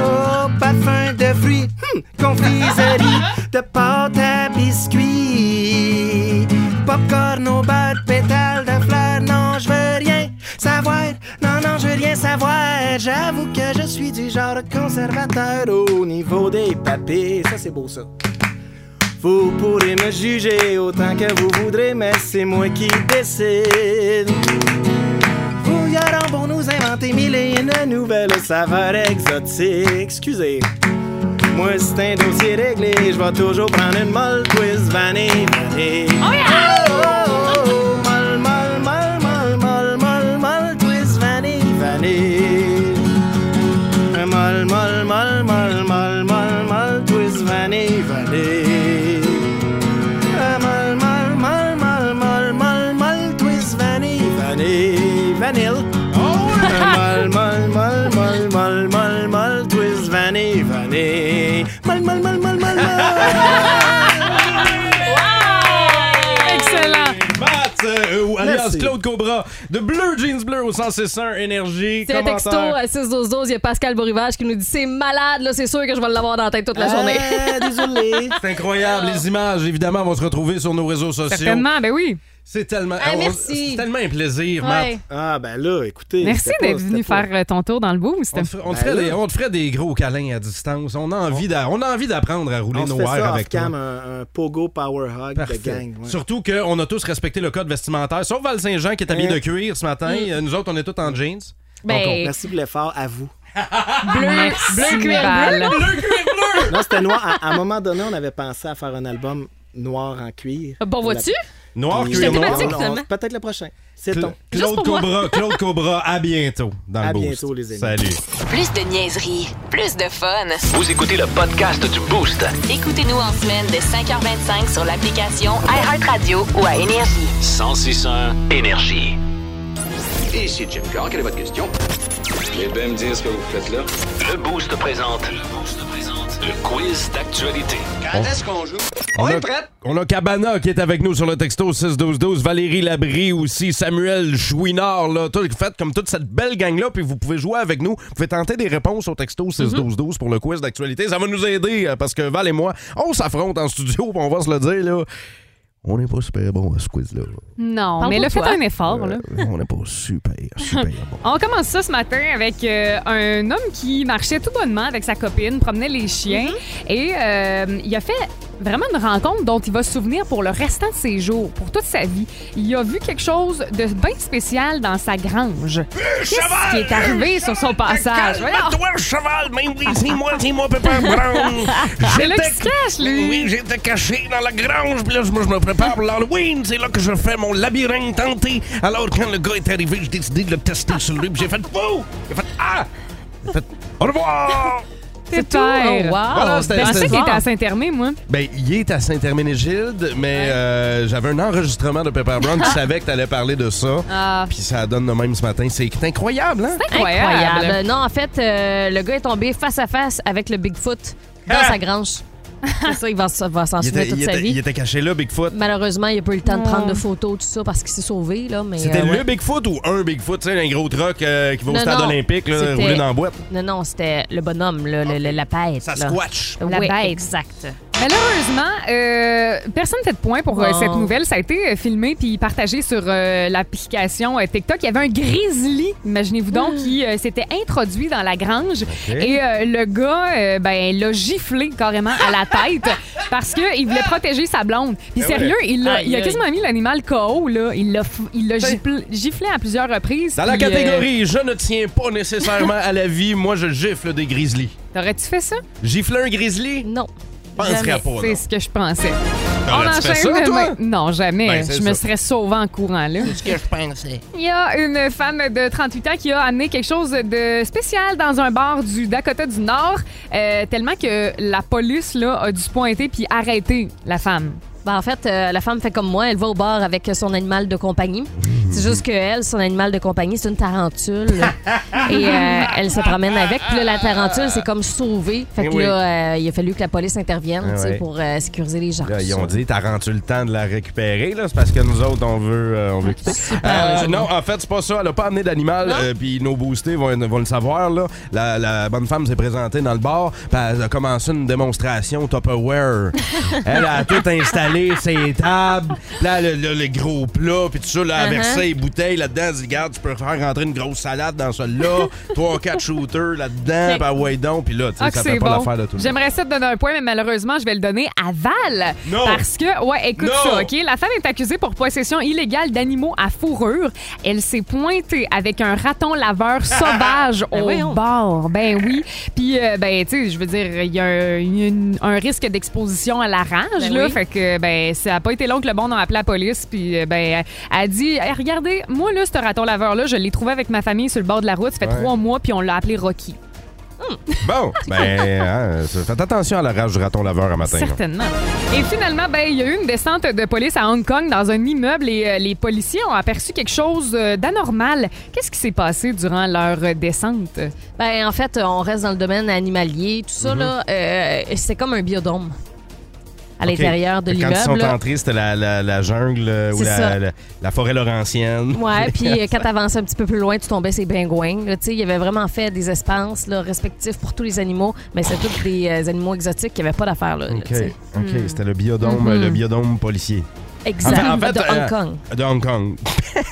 [SPEAKER 11] Oh, parfum de fruits, hum, confiserie, de pâte à biscuits. Popcorn au beurre, pétales de fleurs, non, je veux rien savoir. Non, non, je veux rien savoir. J'avoue que je suis du genre conservateur au niveau des papiers. Ça, c'est beau, ça. Vous pourrez me juger autant que vous voudrez, mais c'est moi qui décide. Fouillarons pour nous inventer mille et une nouvelles saveurs exotiques. Excusez. Moi, c'est un dossier réglé, je vais toujours prendre une molle twist vanille, vanille. Oh oh, oh, oh, molle, molle, molle, molle, molle, molle, molle twist vanille, vanille. Molle, molle, molle, molle, molle, molle, molle twist vanille, vanille. Molle, molle, molle, molle, molle, molle, molle twist vanille, vanille, vanille. Mal, mal, mal, mal, mal, mal, mal, twist, vanille, vanille. Mal, mal, mal, mal, mal, mal.
[SPEAKER 5] Excellent.
[SPEAKER 3] Matt, euh, ou alias
[SPEAKER 11] Merci.
[SPEAKER 3] Claude Cobra, de Bleu Jeans Bleu au 1061 Énergie.
[SPEAKER 4] C'est un texto euh.
[SPEAKER 3] Commentaire.
[SPEAKER 4] à 612 il y a Pascal Bourrivage qui nous dit c'est malade là, c'est sûr que je vais l'avoir dans la tête toute la journée.
[SPEAKER 3] Euh,
[SPEAKER 11] Ah, désolé.
[SPEAKER 3] C'est incroyable. Les images, évidemment, vont se retrouver sur nos réseaux sociaux.
[SPEAKER 5] Certainement, ben oui.
[SPEAKER 3] C'est tellement,
[SPEAKER 4] Ah,
[SPEAKER 3] on-
[SPEAKER 4] merci.
[SPEAKER 3] c'est tellement un plaisir,
[SPEAKER 4] Ouais.
[SPEAKER 3] Matt.
[SPEAKER 11] Ah, ben là, écoutez.
[SPEAKER 5] Merci
[SPEAKER 11] c'était
[SPEAKER 5] d'être
[SPEAKER 11] pas-
[SPEAKER 5] venu
[SPEAKER 11] c'était pas-
[SPEAKER 5] faire euh, ton tour dans le boost.
[SPEAKER 3] On te, ferait- on te
[SPEAKER 11] Ben
[SPEAKER 3] ferait
[SPEAKER 11] là.
[SPEAKER 3] des, on te ferait des gros câlins à distance. On a envie, d'a- on a envie d'apprendre à rouler
[SPEAKER 11] On se
[SPEAKER 3] nos
[SPEAKER 11] fait
[SPEAKER 3] airs
[SPEAKER 11] ça
[SPEAKER 3] avec toi.
[SPEAKER 11] off-cam, un, un pogo power hug de gang. ouais.
[SPEAKER 3] Surtout qu'on a tous respecté le code vestimentaire, sauf Val Saint-Jean qui est habillé
[SPEAKER 11] Hein?
[SPEAKER 3] de cuir ce matin.
[SPEAKER 11] hmm.
[SPEAKER 3] Euh, Nous autres, on est tous en jeans.
[SPEAKER 4] Ben,
[SPEAKER 11] Merci pour l'effort, à vous.
[SPEAKER 5] bleu,
[SPEAKER 4] bleu cuir,
[SPEAKER 11] Non, c'était noir. À, à un moment donné, on avait pensé à faire un album noir en cuir.
[SPEAKER 4] bon vois-tu?
[SPEAKER 3] Noir,
[SPEAKER 11] Puis-
[SPEAKER 3] cuir
[SPEAKER 4] J'étais
[SPEAKER 3] noir.
[SPEAKER 4] thématique,
[SPEAKER 11] On- on-
[SPEAKER 4] finalement.
[SPEAKER 11] Peut-être le prochain. C'est
[SPEAKER 3] Cla-
[SPEAKER 11] ton.
[SPEAKER 4] Juste
[SPEAKER 3] Claude
[SPEAKER 4] pour moi.
[SPEAKER 3] Cobra, Claude Cobra, à bientôt dans le
[SPEAKER 11] À
[SPEAKER 3] boost.
[SPEAKER 11] bientôt, les amis.
[SPEAKER 3] Salut.
[SPEAKER 1] Plus de niaiserie, plus de fun.
[SPEAKER 2] Vous écoutez le podcast du Boost.
[SPEAKER 1] Écoutez-nous en semaine de 5h25 sur l'application iHeartRadio ou à Énergie.
[SPEAKER 2] 1061 Énergie.
[SPEAKER 12] Ici Jim Carr, quelle est votre question? Vous allez bien me dire ce que vous faites là?
[SPEAKER 2] Le Boost présente. Le Boost présente. Le quiz d'actualité.
[SPEAKER 12] Quand est-ce qu'on joue?
[SPEAKER 3] On a,
[SPEAKER 12] prête?
[SPEAKER 3] on a Cabana qui est avec nous sur le texto 6-12-12, Valérie Labrie aussi, Samuel Chouinard, là, tout, faites comme toute cette belle gang-là, puis vous pouvez jouer avec nous. Vous pouvez tenter des réponses au texto 6-12-12 pour le quiz d'actualité. Ça va nous aider euh, parce que Val et moi, on s'affronte en studio, puis on va se le dire, là. On n'est pas super bon à ce quiz-là. Euh,
[SPEAKER 5] Non,
[SPEAKER 4] Parle
[SPEAKER 5] mais
[SPEAKER 4] pour
[SPEAKER 5] là, faites
[SPEAKER 4] toi.
[SPEAKER 5] un effort. Là.
[SPEAKER 3] On n'est pas super, super bon.
[SPEAKER 5] On commence ça ce matin avec euh, un homme qui marchait tout bonnement avec sa copine, promenait les chiens
[SPEAKER 4] Mm-hmm.
[SPEAKER 5] et euh, il a fait vraiment une rencontre dont il va se souvenir pour le restant de ses jours, pour toute sa vie. Il a vu quelque chose de bien spécial dans sa grange. Qu'est-ce qui est arrivé sur son passage? Voyons.
[SPEAKER 3] Toi, cheval, même dis-moi, dis-moi, Pepper Brown.
[SPEAKER 5] C'est là qu'il se cache, lui.
[SPEAKER 3] Oui, j'étais caché dans la grange, puis là, je- moi, je me prépare pour l'Halloween. C'est là que je fais mon labyrinthe tenté. Alors, quand le gars est arrivé, j'ai décidé de le tester sur lui, puis j'ai fait « Wow! » Il a fait « Ah! » Il a fait « Au revoir! »
[SPEAKER 5] C'est
[SPEAKER 3] tout.
[SPEAKER 5] tout. Oh, wow.
[SPEAKER 3] Voilà, c'était-
[SPEAKER 5] je pensais
[SPEAKER 3] c'était
[SPEAKER 5] qu'il
[SPEAKER 3] fort.
[SPEAKER 5] était à Saint-Hermé, moi.
[SPEAKER 3] Ben, il est à Saint-Herménégilde, mais euh, j'avais un enregistrement de Pepper Brown qui savait que t'allais parler de ça.
[SPEAKER 4] Ah.
[SPEAKER 3] Puis ça donne de même ce matin. C'est incroyable, hein?
[SPEAKER 4] Incroyable. Non, en fait, euh, le gars est tombé face à face avec le Bigfoot dans
[SPEAKER 3] Ah!
[SPEAKER 4] sa grange. C'est ça, il va, s- va s'en
[SPEAKER 3] Il
[SPEAKER 4] souvenir
[SPEAKER 3] était,
[SPEAKER 4] toute
[SPEAKER 3] il
[SPEAKER 4] sa
[SPEAKER 3] était-
[SPEAKER 4] vie.
[SPEAKER 3] il était caché là, Bigfoot.
[SPEAKER 4] Malheureusement, il n'a pas eu le temps de
[SPEAKER 3] Oh.
[SPEAKER 4] prendre de photos, tout ça, parce qu'il s'est sauvé. Là, mais,
[SPEAKER 3] C'était
[SPEAKER 4] euh, ouais.
[SPEAKER 3] le Bigfoot ou un Bigfoot, tu sais, un gros truck euh, qui va au
[SPEAKER 4] Non,
[SPEAKER 3] stade
[SPEAKER 4] non,
[SPEAKER 3] olympique, là,
[SPEAKER 4] c'était-
[SPEAKER 3] roulé dans la boîte.
[SPEAKER 4] Non, non, c'était le bonhomme, là, le- le- la bête. Ça
[SPEAKER 3] squatche.
[SPEAKER 5] La bête.
[SPEAKER 4] exact.
[SPEAKER 5] Malheureusement, euh, personne ne fait de point pour euh,
[SPEAKER 4] Non.
[SPEAKER 3] Oh.
[SPEAKER 5] cette nouvelle. Ça a été euh, filmé puis partagé sur euh, l'application euh, TikTok. Il y avait un grizzly, imaginez-vous
[SPEAKER 3] Hmm.
[SPEAKER 5] donc, qui euh, s'était introduit dans la grange. Et euh, le gars, euh, ben, l'a giflé carrément à la tête parce qu'il voulait protéger sa blonde. Puis
[SPEAKER 4] Ben
[SPEAKER 5] sérieux,
[SPEAKER 4] ouais.
[SPEAKER 5] il, l'a- il a
[SPEAKER 4] Aïe,
[SPEAKER 5] quasiment
[SPEAKER 4] aïe.
[SPEAKER 5] mis l'animal KO. Là. Il l'a f- il l'a giflé, giflé à plusieurs reprises.
[SPEAKER 3] Ben. Dans la
[SPEAKER 5] puis, euh,
[SPEAKER 3] catégorie, je ne tiens pas nécessairement à la vie, moi je gifle des grizzlies.
[SPEAKER 5] T'aurais-tu fait ça?
[SPEAKER 3] Gifler un grizzly?
[SPEAKER 4] Non.
[SPEAKER 3] Penserais Jamais. pas,
[SPEAKER 5] C'est
[SPEAKER 3] Oh non.
[SPEAKER 5] ce que je pensais.
[SPEAKER 3] T'aurais-tu fait ça,
[SPEAKER 5] demain.
[SPEAKER 3] toi?
[SPEAKER 5] Non, jamais.
[SPEAKER 3] Ben,
[SPEAKER 5] je
[SPEAKER 3] c'est
[SPEAKER 5] me
[SPEAKER 3] ça.
[SPEAKER 5] serais sauvée en courant, là.
[SPEAKER 3] que je pensais.
[SPEAKER 5] Il y a une femme de 38 ans qui a amené quelque chose de spécial dans un bar du Dakota du Nord, euh, tellement que la police là, a dû se pointer puis arrêter la femme.
[SPEAKER 4] Ben, en fait, euh, la femme fait comme moi, elle va au bar avec son animal de compagnie. C'est juste que elle, son animal de compagnie, c'est une tarentule. et euh, elle se promène avec. Puis là, la tarentule, c'est comme sauvée. Fait que
[SPEAKER 3] Eh oui.
[SPEAKER 4] là, euh, il a fallu que la police intervienne
[SPEAKER 3] Eh
[SPEAKER 4] tu sais,
[SPEAKER 3] ouais.
[SPEAKER 4] pour euh, sécuriser les gens.
[SPEAKER 3] Là, ils ont dit, t'as rendu le temps de la récupérer, là, c'est parce que nous autres, on veut, euh,
[SPEAKER 5] Ah,
[SPEAKER 3] on veut quitter. Euh, non, en fait, c'est pas ça. Elle a pas amené d'animal, euh, puis nos boostés vont, vont le savoir, là. La, la bonne femme s'est présentée dans le bar, puis elle a commencé une démonstration Tupperware. elle a tout installé, ses tables, puis là, le, le- le gros plat, puis tout ça, là, elle a
[SPEAKER 13] Uh-huh.
[SPEAKER 3] versé les bouteilles là-dedans. Elle dit, regarde, tu peux faire rentrer une grosse salade dans celui-là, trois, quatre shooters là-dedans,
[SPEAKER 5] Ok.
[SPEAKER 3] puis ouais, donc, puis là, tu sais,
[SPEAKER 5] Ah, que
[SPEAKER 3] ça fait
[SPEAKER 5] c'est
[SPEAKER 3] pas
[SPEAKER 5] bon.
[SPEAKER 3] l'affaire de tout le monde.
[SPEAKER 5] J'aimerais ça te donner un point, mais malheureusement, je vais le donner à Val.
[SPEAKER 3] Non.
[SPEAKER 5] Parce que, ouais, écoute
[SPEAKER 3] Non.
[SPEAKER 5] ça, OK? La femme est accusée pour possession illégale d'animaux à fourrure. Elle s'est pointée avec un raton laveur sauvage
[SPEAKER 4] Ben
[SPEAKER 5] au
[SPEAKER 4] voyons.
[SPEAKER 5] bord. Ben oui. Puis, euh, ben, tu sais, je veux dire, il y a un, une- un risque d'exposition à la rage,
[SPEAKER 4] Ben
[SPEAKER 5] là.
[SPEAKER 4] oui.
[SPEAKER 5] Fait que, ben, ça a pas été long que le bon a appelé la police. Puis, euh, ben, elle a dit, Hey, regardez, moi, là, ce raton laveur-là, je l'ai trouvé avec ma famille sur le bord de la route. Ça fait
[SPEAKER 3] Ouais.
[SPEAKER 5] trois mois, puis on l'a appelé Rocky.
[SPEAKER 3] Bon, ben, hein, ça- faites attention à la rage du raton laveur à matin. là.
[SPEAKER 5] Certainement. Et finalement, ben, il y a eu une descente de police à Hong Kong dans un immeuble et euh, les policiers ont aperçu quelque chose euh, d'anormal. Qu'est-ce qui s'est passé durant leur euh, descente?
[SPEAKER 4] Ben, en fait, euh, on reste dans le domaine animalier. Tout ça,
[SPEAKER 3] Mhm.
[SPEAKER 4] là, euh, c'est comme un biodôme à
[SPEAKER 3] OK.
[SPEAKER 4] l'intérieur de
[SPEAKER 3] Quand ils sont
[SPEAKER 4] l'immeuble. là.
[SPEAKER 3] entrés, c'était la, la- la jungle euh, ou
[SPEAKER 4] C'est
[SPEAKER 3] la,
[SPEAKER 4] ça.
[SPEAKER 3] la- la forêt laurentienne.
[SPEAKER 4] Ouais, puis euh, quand t'avançais un petit peu plus loin, tu tombais ces pingouins. Là, tu sais, il y avait vraiment fait des espaces là, respectifs pour tous les animaux, mais c'est tous des euh, animaux exotiques qui avait pas d'affaires là. là,
[SPEAKER 3] OK,
[SPEAKER 4] tu sais.
[SPEAKER 3] OK, c'était le biodôme, euh,
[SPEAKER 4] Mhm.
[SPEAKER 3] le biodôme policier.
[SPEAKER 4] Exact. de
[SPEAKER 3] euh,
[SPEAKER 4] Hong Kong.
[SPEAKER 3] De Hong Kong.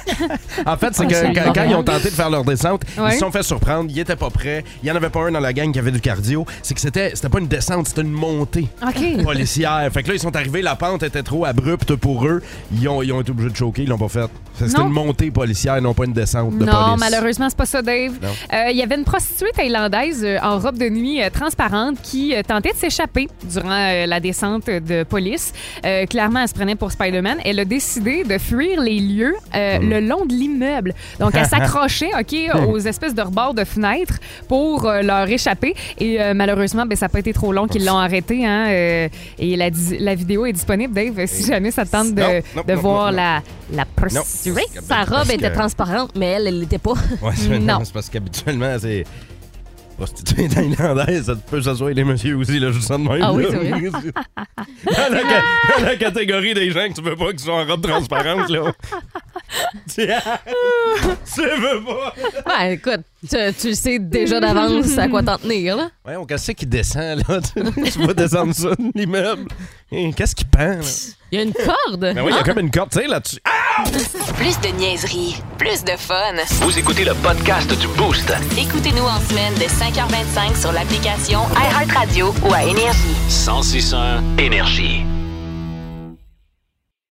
[SPEAKER 3] en fait, c'est
[SPEAKER 4] Oh,
[SPEAKER 3] que
[SPEAKER 4] c'est
[SPEAKER 3] quand, quand ils ont
[SPEAKER 4] énorme.
[SPEAKER 3] tenté de faire leur descente, ils
[SPEAKER 4] Ouais.
[SPEAKER 3] se sont fait surprendre. Ils étaient pas prêts. Il y en avait pas un dans la gang qui avait du cardio. C'est que c'était c'était pas une descente, c'était une montée
[SPEAKER 5] OK.
[SPEAKER 3] Hmm. policière. Fait que là, ils sont arrivés, la pente était trop abrupte pour eux. Ils ont, ils ont été obligés de choquer, ils l'ont pas fait. C'était
[SPEAKER 5] Non.
[SPEAKER 3] une montée policière, non pas une descente de
[SPEAKER 5] non,
[SPEAKER 3] police.
[SPEAKER 5] malheureusement, c'est pas ça, Dave.
[SPEAKER 3] Non.
[SPEAKER 5] Euh, Il y avait une prostituée thaïlandaise euh, en robe de nuit euh, transparente qui euh, tentait de s'échapper durant euh, la descente de police. Euh, clairement, elle se prenait pour Spider-Man. Elle a décidé de fuir les lieux euh,
[SPEAKER 4] Hmm.
[SPEAKER 5] le long de l'immeuble. Donc, elle s'accrochait, OK, aux espèces de rebords de fenêtres pour euh, leur échapper. Et euh, malheureusement, ben, ça n'a pas été trop long qu'ils l'ont arrêtée. hein, euh, et la, di- la vidéo est disponible, Dave, si jamais ça te tente de,
[SPEAKER 4] Non, non,
[SPEAKER 5] de
[SPEAKER 4] non,
[SPEAKER 5] voir
[SPEAKER 4] non, non.
[SPEAKER 5] la, la prostituée.
[SPEAKER 4] Oui, sa robe était transparente, mais elle, elle l'était pas.
[SPEAKER 3] Ouais, c'est- non, c'est parce qu'habituellement, c'est. Prostituée thaïlandaise, ça peut s'asseoir les messieurs aussi, là, je le sens de même.
[SPEAKER 4] Ah oui,
[SPEAKER 3] là.
[SPEAKER 4] c'est vrai.
[SPEAKER 3] Dans la, ca- dans la catégorie des gens que tu veux pas qu'ils soient en robe transparente, là. Tiens, tu veux pas.
[SPEAKER 4] Ouais, écoute, tu, tu le sais déjà d'avance à quoi t'en tenir, là.
[SPEAKER 3] Ouais, on sait qui descend, là. Tu, tu vas descendre ça de l'immeuble. Hein, Qu'est-ce qu'il pend, là?
[SPEAKER 4] Il y a une corde.
[SPEAKER 3] Ben oui, il y a comme une corde, tu sais, là-dessus.
[SPEAKER 1] Plus de niaiserie, plus de fun.
[SPEAKER 2] Vous écoutez le podcast du Boost.
[SPEAKER 1] Écoutez-nous en semaine de 5h25 sur l'application iHeartRadio ou à Énergie.
[SPEAKER 2] 1061 Énergie.